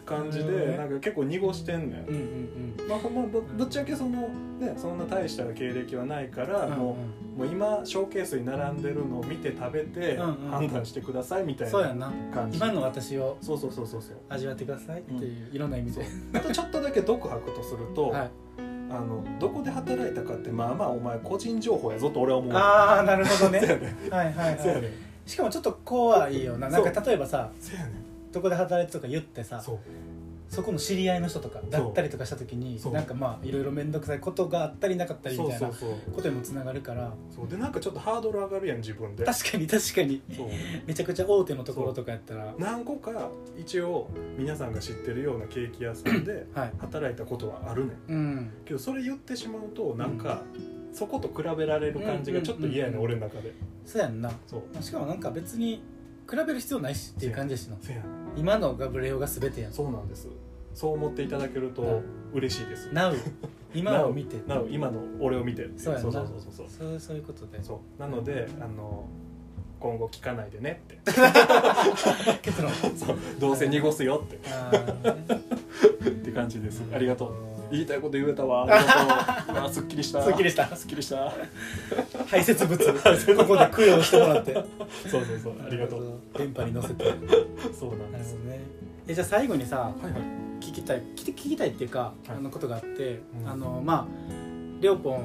Speaker 2: 感じ
Speaker 1: なるほど
Speaker 2: で
Speaker 1: ね
Speaker 2: なんか結構濁してんねん
Speaker 1: うんうん
Speaker 2: まあ、ほんまどどっちだけそのねそんな大した経歴はないから、
Speaker 1: うん
Speaker 2: もうもう今ショーケースに並んでるのを見て食べて
Speaker 1: うんうん
Speaker 2: 判断してくださいみ
Speaker 1: う
Speaker 2: た
Speaker 1: ん
Speaker 2: い
Speaker 1: そうや
Speaker 2: なん
Speaker 1: な
Speaker 2: 感じ、
Speaker 1: 今の私を
Speaker 2: そうそうそうそうそう
Speaker 1: 味わってくださいっていういろんな意味で
Speaker 2: あとちょっとだけ独白とすると、
Speaker 1: はい
Speaker 2: あのどこで働いたかってまあまあお前個人情報やぞと俺は思う
Speaker 1: ああなるほど ね
Speaker 2: せやね
Speaker 1: はいはい、
Speaker 2: せや
Speaker 1: は
Speaker 2: ね
Speaker 1: い、しかもちょっと怖いよななん
Speaker 2: そ
Speaker 1: か例えばさ
Speaker 2: せやね
Speaker 1: どこで働いてとか言ってさ
Speaker 2: そう
Speaker 1: そこの知り合いの人とかだったりとかした時に
Speaker 2: そう
Speaker 1: なんかまあいろいろ面倒くさいことがあったりなかったり
Speaker 2: そ
Speaker 1: み
Speaker 2: う
Speaker 1: たい
Speaker 2: そ
Speaker 1: な
Speaker 2: うそう
Speaker 1: ことにもつながるから
Speaker 2: そうでなんかちょっとハードル上がるやん自分で
Speaker 1: 確かに確かに
Speaker 2: そう
Speaker 1: めちゃくちゃ大手のところとかやったら
Speaker 2: 何個か一応皆さんが知ってるようなケーキ屋さん で
Speaker 1: はい
Speaker 2: 働いたことはあるねん
Speaker 1: うん
Speaker 2: けどそれ言ってしまうとなんか、そこと比べられる感じがちょっと嫌やね、
Speaker 1: うんうん
Speaker 2: 俺の中で
Speaker 1: そうやんな
Speaker 2: そう
Speaker 1: まあしかもなんか別に比べる必要ないしっていう感じやしな
Speaker 2: せやね
Speaker 1: 今のガブレオが全てやん
Speaker 2: そうなんですそう思っていただけると嬉しいです
Speaker 1: なう今を見て
Speaker 2: なお今の俺を見て
Speaker 1: そうやん
Speaker 2: そ
Speaker 1: な
Speaker 2: うそうそうそう
Speaker 1: そうそういうことで
Speaker 2: そうなのであの今後聞かないでねって
Speaker 1: 結論
Speaker 2: そうどうせ濁すよって
Speaker 1: あーね
Speaker 2: って感じ ですありがとう言いたいこと言えた わありがとううわすっきりした
Speaker 1: すっきりした
Speaker 2: すっきりした
Speaker 1: 排泄物ここで供養してもらって
Speaker 2: そうそうそうありがとう
Speaker 1: 電波に乗せてなる
Speaker 2: そうなん
Speaker 1: ほど
Speaker 2: です
Speaker 1: ねえじゃあ最後にさ
Speaker 2: はいはい
Speaker 1: 聞きたい聞き聞きたいっていうか、
Speaker 2: はい
Speaker 1: あのことがあって、
Speaker 2: うん
Speaker 1: あのまあ両ポン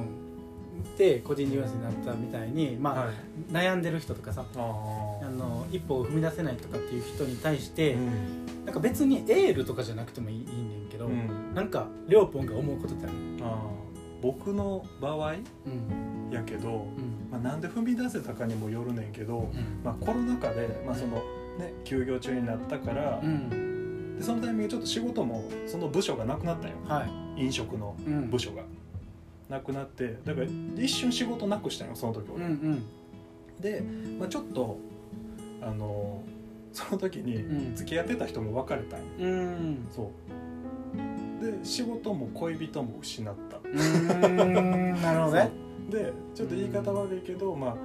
Speaker 1: で個人事業主になったみたいに、まあ
Speaker 2: はい
Speaker 1: 悩んでる人とかさ
Speaker 2: あ
Speaker 1: あ
Speaker 2: ー
Speaker 1: の一歩を踏み出せないとかっていう人に対して、
Speaker 2: うん
Speaker 1: なんか別にエールとかじゃなくてもいいいいねんけど、
Speaker 2: うん
Speaker 1: なんか両ポンが思うことってある、
Speaker 2: あー僕の場合
Speaker 1: うん
Speaker 2: やけど
Speaker 1: う、ん
Speaker 2: まあ、なんで踏み出せたかにもよるねんけど、まあ、コロナ禍で、まあそのね、休業中になったから
Speaker 1: う、ん
Speaker 2: でそのタイミングでちょっと仕事もその部署がなくなったんよ
Speaker 1: はい、
Speaker 2: 飲食の
Speaker 1: うん、
Speaker 2: 部署が、なくなってだから一瞬仕事なくしたんよその時
Speaker 1: うん
Speaker 2: 俺、
Speaker 1: うん
Speaker 2: で、まあ、ちょっとあのーその時
Speaker 1: う
Speaker 2: に
Speaker 1: ん
Speaker 2: 付き合ってた人も別れたんよ、
Speaker 1: うん
Speaker 2: そうで仕事も恋人も失った
Speaker 1: うーんなるほどね
Speaker 2: そうでちょっと言い方悪いけど、まあ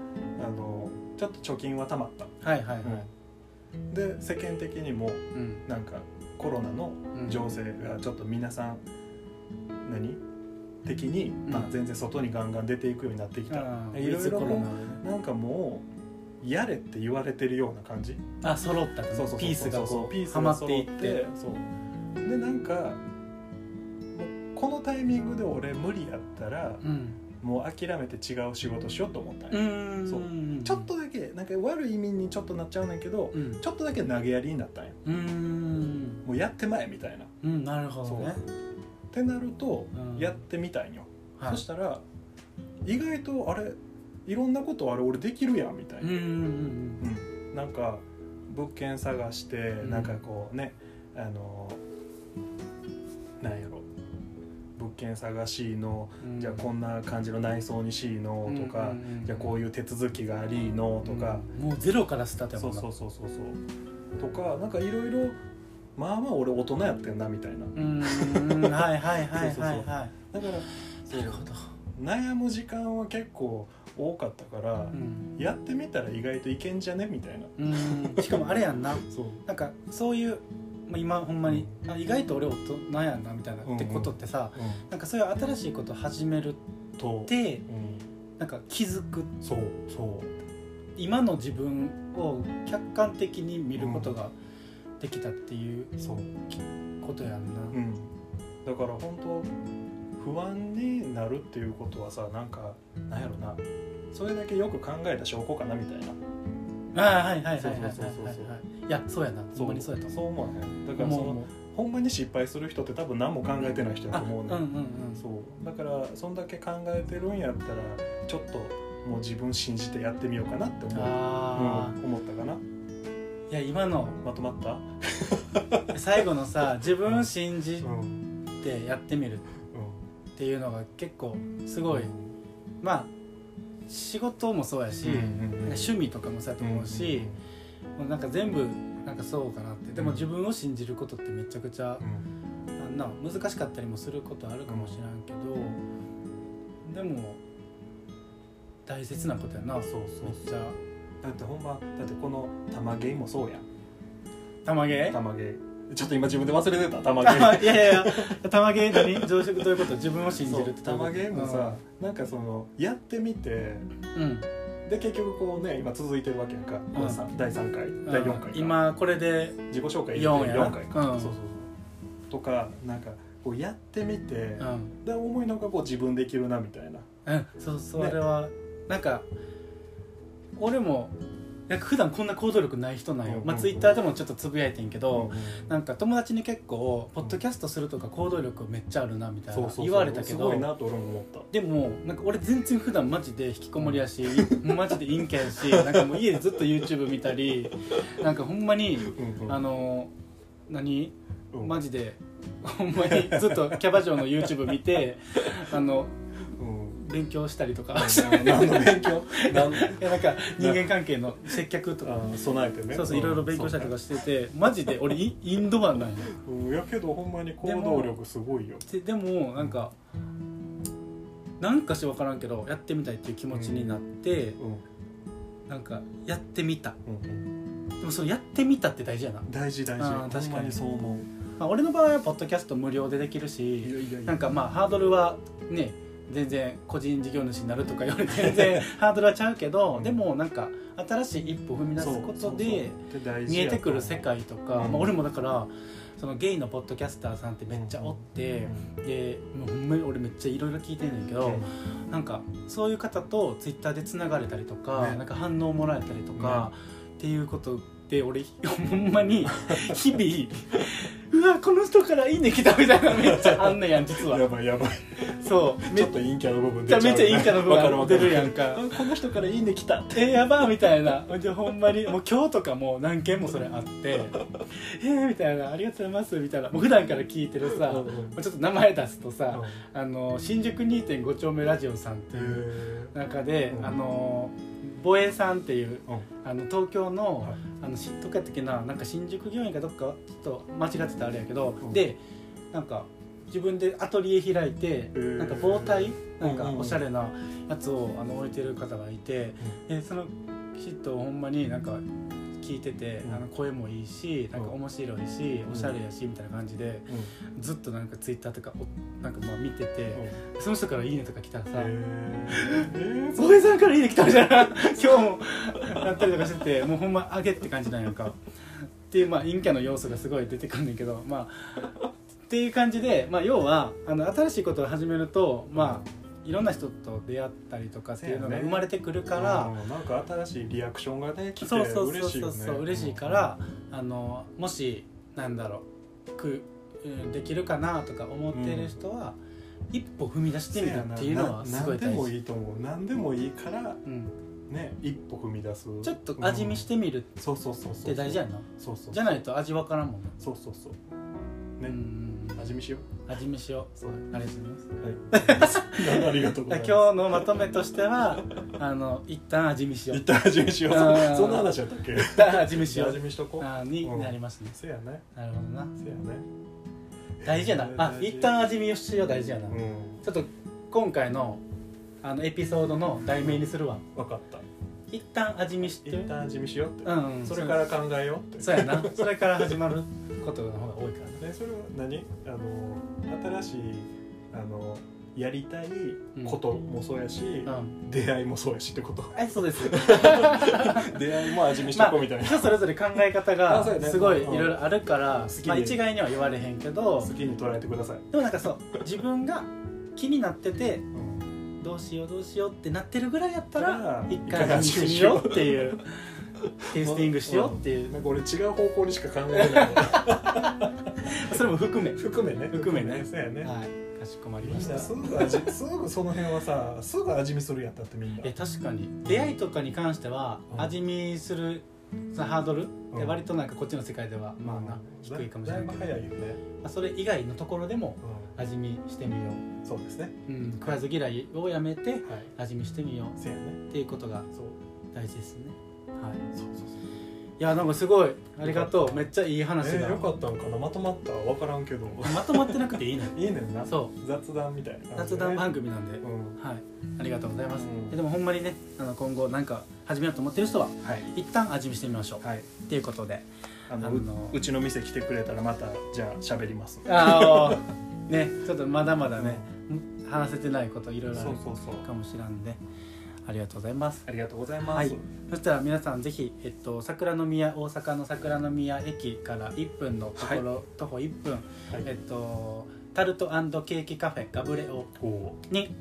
Speaker 2: あのーちょっと貯金はたまった、
Speaker 1: はいはいはい、
Speaker 2: で世間的にも
Speaker 1: うん
Speaker 2: なんかコロナの
Speaker 1: うん
Speaker 2: 情勢がちょっと皆さん何的に、
Speaker 1: ん
Speaker 2: まあ、全然外にガンガン出ていくようになってきた、
Speaker 1: あー
Speaker 2: いろいろ
Speaker 1: ウィズコロ
Speaker 2: もうなんかもうやれって言われてるような感じ
Speaker 1: ナあ揃ったね
Speaker 2: そうそうそう
Speaker 1: ピースが
Speaker 2: そうそ
Speaker 1: こ
Speaker 2: うピー
Speaker 1: う
Speaker 2: ス
Speaker 1: は
Speaker 2: が
Speaker 1: まっていっ
Speaker 2: 揃
Speaker 1: て
Speaker 2: そうでなんかもうこのタイミングで俺無理やったら
Speaker 1: うん
Speaker 2: もう諦めて違う仕事しようと思ったんよ、
Speaker 1: ーん
Speaker 2: そうちょっとだけなんか悪い意味にちょっとなっちゃうねんだけど、
Speaker 1: うん
Speaker 2: ちょっとだけ投げやりになったんよ
Speaker 1: うーん
Speaker 2: もうやってまえみたいなっ
Speaker 1: うんなるほどね
Speaker 2: てなると
Speaker 1: うん
Speaker 2: やってみたいんよ、
Speaker 1: はい
Speaker 2: そしたら意外とあれいろんなことあれ俺できるやんみたいうな、
Speaker 1: んうん
Speaker 2: うんなんか物件探して、
Speaker 1: ん
Speaker 2: なんかこうねあのなんやろ物件探しの、
Speaker 1: うんうん
Speaker 2: じゃあこんな感じの内装にしいのとか、
Speaker 1: うんうんうん
Speaker 2: じゃあこういう手続きがありのとか、
Speaker 1: うんもうゼロからスタートや
Speaker 2: そ
Speaker 1: も
Speaker 2: うん
Speaker 1: な
Speaker 2: そうそうそうそうとかなんかいろいろまあまあ俺大人やってんなみたいな
Speaker 1: うーんはいはいはい
Speaker 2: そうそう
Speaker 1: は
Speaker 2: そ
Speaker 1: いうは
Speaker 2: だから
Speaker 1: いなるほど
Speaker 2: 悩む時間は結構多かったから、
Speaker 1: うん
Speaker 2: やってみたら意外といけんじゃねみたいな
Speaker 1: うーんしかもあれやんな
Speaker 2: そう
Speaker 1: なんかそういうまあ今ほんまにあ意外と俺大人やんなみたいなってことってさ
Speaker 2: う
Speaker 1: なんかそういう新しいことを始める
Speaker 2: んと
Speaker 1: っ、て
Speaker 2: うん、
Speaker 1: なんか気づく
Speaker 2: そうそう
Speaker 1: 今の自分を客観的に見ることができたっていう
Speaker 2: そう、
Speaker 1: ことやんな、
Speaker 2: うん、だから本当不安になるっていうことはさなんかなんやろなそれだけよく考えた証拠かなみたいな
Speaker 1: ああはいはいはい
Speaker 2: そう
Speaker 1: はいはい
Speaker 2: そうそうそう
Speaker 1: はいいやそうやなほんまにそうやと思
Speaker 2: そう思わへんだ
Speaker 1: う
Speaker 2: からそ
Speaker 1: もう
Speaker 2: の
Speaker 1: もう
Speaker 2: ほんまに失敗する人って多分何も考えてない人だ
Speaker 1: あ
Speaker 2: と
Speaker 1: うんう
Speaker 2: 思うんね、、
Speaker 1: うんん
Speaker 2: そうだからそんだけ考えてるんやったらちょっともう自分信じてやってみようかなって思う、
Speaker 1: あ
Speaker 2: うん、思ったかな
Speaker 1: あいや今の
Speaker 2: まとまった、
Speaker 1: 最後のさ自分を信じ
Speaker 2: ん
Speaker 1: てやってみるっていうのが結構すごいまあ仕事もそうやし、なんか趣味とかもそうやと思うし、もうなんか全部なんかそうかなってでも自分を信じることってめちゃくちゃ
Speaker 2: うん、うん
Speaker 1: あんな難しかったりもすることあるかもしれんけど、でも大切なことやなめっ
Speaker 2: そうそうそう
Speaker 1: ちゃ
Speaker 2: だってほんまだってこの玉芸もそうやん
Speaker 1: 玉芸
Speaker 2: 玉芸ちょっと今自分で忘れてた玉芸
Speaker 1: 玉 いやいやいや玉芸何常食どういうこと自分を信じるってどういうこ
Speaker 2: 玉
Speaker 1: と
Speaker 2: 芸もさ、なんかそのやってみて
Speaker 1: うん、
Speaker 2: で結局こうね今続いてるわけやんか、このさ第3回
Speaker 1: うん
Speaker 2: 第4回か
Speaker 1: 今これで
Speaker 2: 自己紹介
Speaker 1: 四やな
Speaker 2: 4回か、
Speaker 1: うん
Speaker 2: そうそうそうとかなんかこうやってみて、
Speaker 1: うん、
Speaker 2: で思いのほかこう自分できるなみたいな
Speaker 1: うん、そうそれは、なんか俺もなんか普段こんな行動力ない人なん
Speaker 2: うん
Speaker 1: よ
Speaker 2: う、ん
Speaker 1: まあ、ツイッターでもちょっとつぶやいてんけど、
Speaker 2: うん
Speaker 1: なんか友達に結構ポッドキャストするとか行動力めっちゃあるなみたい
Speaker 2: そう
Speaker 1: な
Speaker 2: そうそう
Speaker 1: 言われたけ
Speaker 2: すご
Speaker 1: ど
Speaker 2: いなと俺も思った
Speaker 1: でもなんか俺全然普段マジで引きこもりやし マジで陰キャやしなんかもう家でずっと YouTube 見たりなんかほんまにあの何マ
Speaker 2: ジ
Speaker 1: ジでほんまにずっとキャバ嬢の YouTube 見てあの勉強したりとか
Speaker 2: 何の勉強何
Speaker 1: い やなんか人間関係の接客とか
Speaker 2: あー備えてね
Speaker 1: そうそういろいろ勉強したりとか
Speaker 2: し
Speaker 1: しててマジで俺インインドアなんよ
Speaker 2: うんやけどほんまに行動力すごいよ
Speaker 1: ででもなんかなんかし分からんけどやってみたいっていう気持ちになって
Speaker 2: うん
Speaker 1: なんかやってみた
Speaker 2: うんうん
Speaker 1: でもそのやってみたって大事やな、
Speaker 2: 大事大事
Speaker 1: あー確かに
Speaker 2: ほんまにそう思う
Speaker 1: まあ、俺の場合はポッドキャスト無料でできるし
Speaker 2: いやいやい
Speaker 1: なん
Speaker 2: や
Speaker 1: かまあハードルはね全然個人事業主になるとか より全然ハードルはちゃうけどでもなんか新しい一歩踏み出すことで見えてくる世界とか、
Speaker 2: うん
Speaker 1: まあ、俺もだからそのゲイのポッドキャスターさんってめっちゃおって、でもうほんまに俺めっちゃいろいろ聞いてんねんけど、なんかそういう方とツイッターでつながれたりとか,、
Speaker 2: ね
Speaker 1: なんか反応もらえたりとか、っていうことで俺 ほんまに日々 うわこの人からいいね来たみたいなのめっちゃあんねんやん実は
Speaker 2: やばいやばい
Speaker 1: そう
Speaker 2: ち
Speaker 1: め
Speaker 2: ょ
Speaker 1: っ
Speaker 2: っと陰キャの部分
Speaker 1: ち
Speaker 2: 出
Speaker 1: ゃ
Speaker 2: ちゃう
Speaker 1: めっちゃいいかの部分出るや
Speaker 2: ん
Speaker 1: んか
Speaker 2: この人からいいね来た
Speaker 1: えーやばーみたいなでほんまにもう今日とかもう何件もそれあってえーみたいなありがとうございますみたいなもう普段から聞いてるさ
Speaker 2: うん
Speaker 1: も
Speaker 2: うん
Speaker 1: うちょっと名前出すと
Speaker 2: う
Speaker 1: さ
Speaker 2: ん
Speaker 1: あの新宿2.5丁目ラジオさんっていう中で
Speaker 2: うん
Speaker 1: あのボエさんっていう
Speaker 2: うん
Speaker 1: あの東京の
Speaker 2: はい
Speaker 1: あのしどっかやったっけななんか新宿御苑かどっかちょっと間違ってたらあれやけど
Speaker 2: うん
Speaker 1: でなんか自分でアトリエ開いて
Speaker 2: ー
Speaker 1: なんか防体なんか
Speaker 2: うんうんうん
Speaker 1: おしゃれなやつをあの置いてる方がいてでそのきちっとほんまになんか聞いてて
Speaker 2: うん
Speaker 1: あの声もいいしなんか面白いし
Speaker 2: うん
Speaker 1: おしゃれやしみたいな感じで
Speaker 2: うん
Speaker 1: ずっとなんかツイッターとかおなんかまあ見てて
Speaker 2: へ
Speaker 1: その人から「いいね」とか来たらさ
Speaker 2: ー
Speaker 1: 大江さんからいいね来たみたいな今日もなったりとかしててもうほんまあげって感じなんやんかっていうまあ陰キャの要素がすごい出てくるんだけどまあっていう感じで、まあ、要はあの新しいことを始めるとまあいろんな人と出会ったりとかっていうのが生まれてくるから、
Speaker 2: うんなんか新しいリアクションがね来て
Speaker 1: そうそうそ
Speaker 2: 嬉
Speaker 1: う
Speaker 2: しい
Speaker 1: そ
Speaker 2: よ
Speaker 1: う
Speaker 2: ね
Speaker 1: そう嬉しいから、あのもしなんだろうくうんできるかなとか思ってる人は、一歩踏み出して
Speaker 2: せ
Speaker 1: み
Speaker 2: や
Speaker 1: るっ
Speaker 2: な
Speaker 1: ていうのはすごい
Speaker 2: な
Speaker 1: 大
Speaker 2: 何でも
Speaker 1: 事。
Speaker 2: いいと思う何でもいいから
Speaker 1: うん
Speaker 2: ね一歩踏み出す
Speaker 1: ちょっと味見してみる
Speaker 2: うんそうそうそうそう
Speaker 1: って大事やんな
Speaker 2: そうそう
Speaker 1: じゃないと味わからんもんな
Speaker 2: そうそうそう
Speaker 1: う
Speaker 2: ね
Speaker 1: ん
Speaker 2: 味見しよ
Speaker 1: 味見しよ
Speaker 2: うそう
Speaker 1: うありがとうございます
Speaker 2: はい ありがとうござい
Speaker 1: 今
Speaker 2: ます
Speaker 1: 日のまとめとして はあの一旦味見しよう
Speaker 2: 一旦味見しよう
Speaker 1: あー
Speaker 2: そんな話やったっけ
Speaker 1: 一旦味見しよ
Speaker 2: 味
Speaker 1: う
Speaker 2: 見しとこう
Speaker 1: あに
Speaker 2: うん
Speaker 1: なりますね
Speaker 2: せやね
Speaker 1: なるほどな
Speaker 2: せやね
Speaker 1: 大事やなあ一旦味見をしよう大事やな
Speaker 2: う
Speaker 1: ち
Speaker 2: ん
Speaker 1: ょっと今回のあのエピソードの題名にするわ
Speaker 2: 分かった
Speaker 1: 一旦味見して
Speaker 2: 一旦味見しようって
Speaker 1: うんうん
Speaker 2: それから考えようって
Speaker 1: そうやな それから始まることの方が多いからな
Speaker 2: ね、それは何あの新しいあのやりたいこともそうやし、
Speaker 1: うん
Speaker 2: 出会いもそうやしってこと
Speaker 1: はいそうです
Speaker 2: 出会いも味見して
Speaker 1: ま
Speaker 2: こう
Speaker 1: あ、
Speaker 2: みたいな、
Speaker 1: 人それぞれ考え方
Speaker 2: あそう
Speaker 1: が
Speaker 2: やね
Speaker 1: すごいいろいろあるから、
Speaker 2: うん好きで
Speaker 1: まあ、一概には言われへんけど
Speaker 2: 好きに捉えてください、
Speaker 1: でもなんかそう自分が気になってて
Speaker 2: うん
Speaker 1: どうしようどうしようってなってるぐらいやったら
Speaker 2: うん
Speaker 1: 一回味見しようって いうテイスティングしようっていう
Speaker 2: なんか俺違う方向にしか考え てない
Speaker 1: それも含め、
Speaker 2: 含めね
Speaker 1: 含めね
Speaker 2: そうやね、
Speaker 1: はい、かしこまり
Speaker 2: み
Speaker 1: ま
Speaker 2: ん
Speaker 1: した
Speaker 2: なすぐ味 すぐその辺はさすぐ味見するやったってみんな
Speaker 1: え確かに出会いとかに関しては
Speaker 2: うん
Speaker 1: 味見するそのハードルって
Speaker 2: うん
Speaker 1: 割となんかこっちの世界ではまあな低いかもしれないけ
Speaker 2: だ
Speaker 1: ど
Speaker 2: だいぶ早いよね、
Speaker 1: まあそれ以外のところでも味見してみよ
Speaker 2: うん、そうですね
Speaker 1: う、うん、食わず嫌いをやめて
Speaker 2: はい
Speaker 1: 味見してみよ
Speaker 2: せやね
Speaker 1: うっていうことが
Speaker 2: そう
Speaker 1: 大事ですねはい
Speaker 2: そうそうそう
Speaker 1: いやなんかすごいありがとうめっちゃいい話
Speaker 2: え
Speaker 1: だ、
Speaker 2: ー、よかったんかなまとまったわからんけど
Speaker 1: まとまってなくていいのよ
Speaker 2: いいねんな
Speaker 1: そ
Speaker 2: 雑談みたいな
Speaker 1: う
Speaker 2: 感じ
Speaker 1: 雑
Speaker 2: で
Speaker 1: 談
Speaker 2: ね
Speaker 1: 番組なんで、
Speaker 2: うん
Speaker 1: はいありがとうございます、
Speaker 2: うん
Speaker 1: えでもほんまにねあの今後なんか始めようと思ってる人は
Speaker 2: はい
Speaker 1: 一旦味見してみましょう、
Speaker 2: はい
Speaker 1: っていうことで
Speaker 2: あの
Speaker 1: あの
Speaker 2: ううちの店来てくれたらまたじゃあ喋ります
Speaker 1: ああ ねちょっとまだまだね、話せてないこといろいろあ
Speaker 2: そう
Speaker 1: る
Speaker 2: そうそう
Speaker 1: かもしれんでありがとうございます
Speaker 2: ありがとうございます、
Speaker 1: はいそしたら皆さんぜひ、えっと、桜の宮大阪の桜の宮駅から1分のところ、徒歩1分、
Speaker 2: はい
Speaker 1: えっと、タルトケーキカフェガブレオ
Speaker 2: おー
Speaker 1: に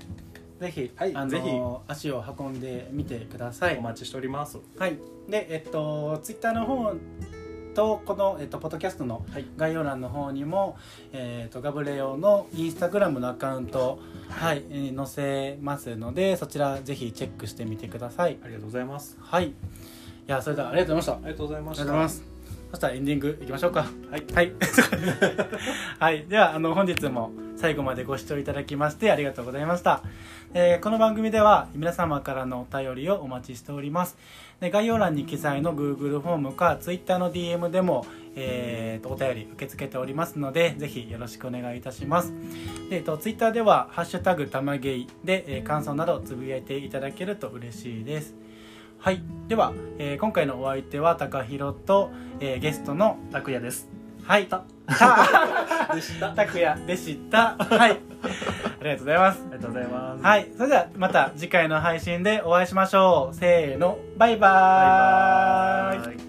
Speaker 1: ぜひ、
Speaker 2: はい
Speaker 1: あの
Speaker 2: ぜひ
Speaker 1: 足を運んでみてください
Speaker 2: お。待ちしております
Speaker 1: はい、で、えっと、ツイッターの方とこの、えっと、ポッドキャストの
Speaker 2: はい
Speaker 1: 概要欄の方にも、えっと、ガブレオのインスタグラムのアカウント、はいえー載せますのでそちらぜひチェックしてみてください。
Speaker 2: ありがとうございます
Speaker 1: はい、いやそれではありがとうございました。あ
Speaker 2: ありがとうございま
Speaker 1: り
Speaker 2: した
Speaker 1: がとうございます。そしたらエンディングいきましょうか。
Speaker 2: はい
Speaker 1: はい、 はい、ではあの本日も最後までご視聴いただきましてありがとうございました、えーこの番組では皆様からのお便りをお待ちしておりますで概要欄に記載の Google フォームか Twitter の DM でも、えーとお便り受け付けておりますのでぜひよろしくお願いいたしますで、えっと、Twitter では「ハッシュタグたまげい」で、えー感想などつぶやいていただけると嬉しいですはいでは、えー今回のお相手は高弘と、えーゲストの
Speaker 2: 拓也です
Speaker 1: はいた
Speaker 2: でしたあ
Speaker 1: たくやでした。はい。ありがとうございます。
Speaker 2: りがとうございます
Speaker 1: はい。それではまた次回の配信でお会いしましょう。せーの、バイバーイ。
Speaker 2: バイバーイ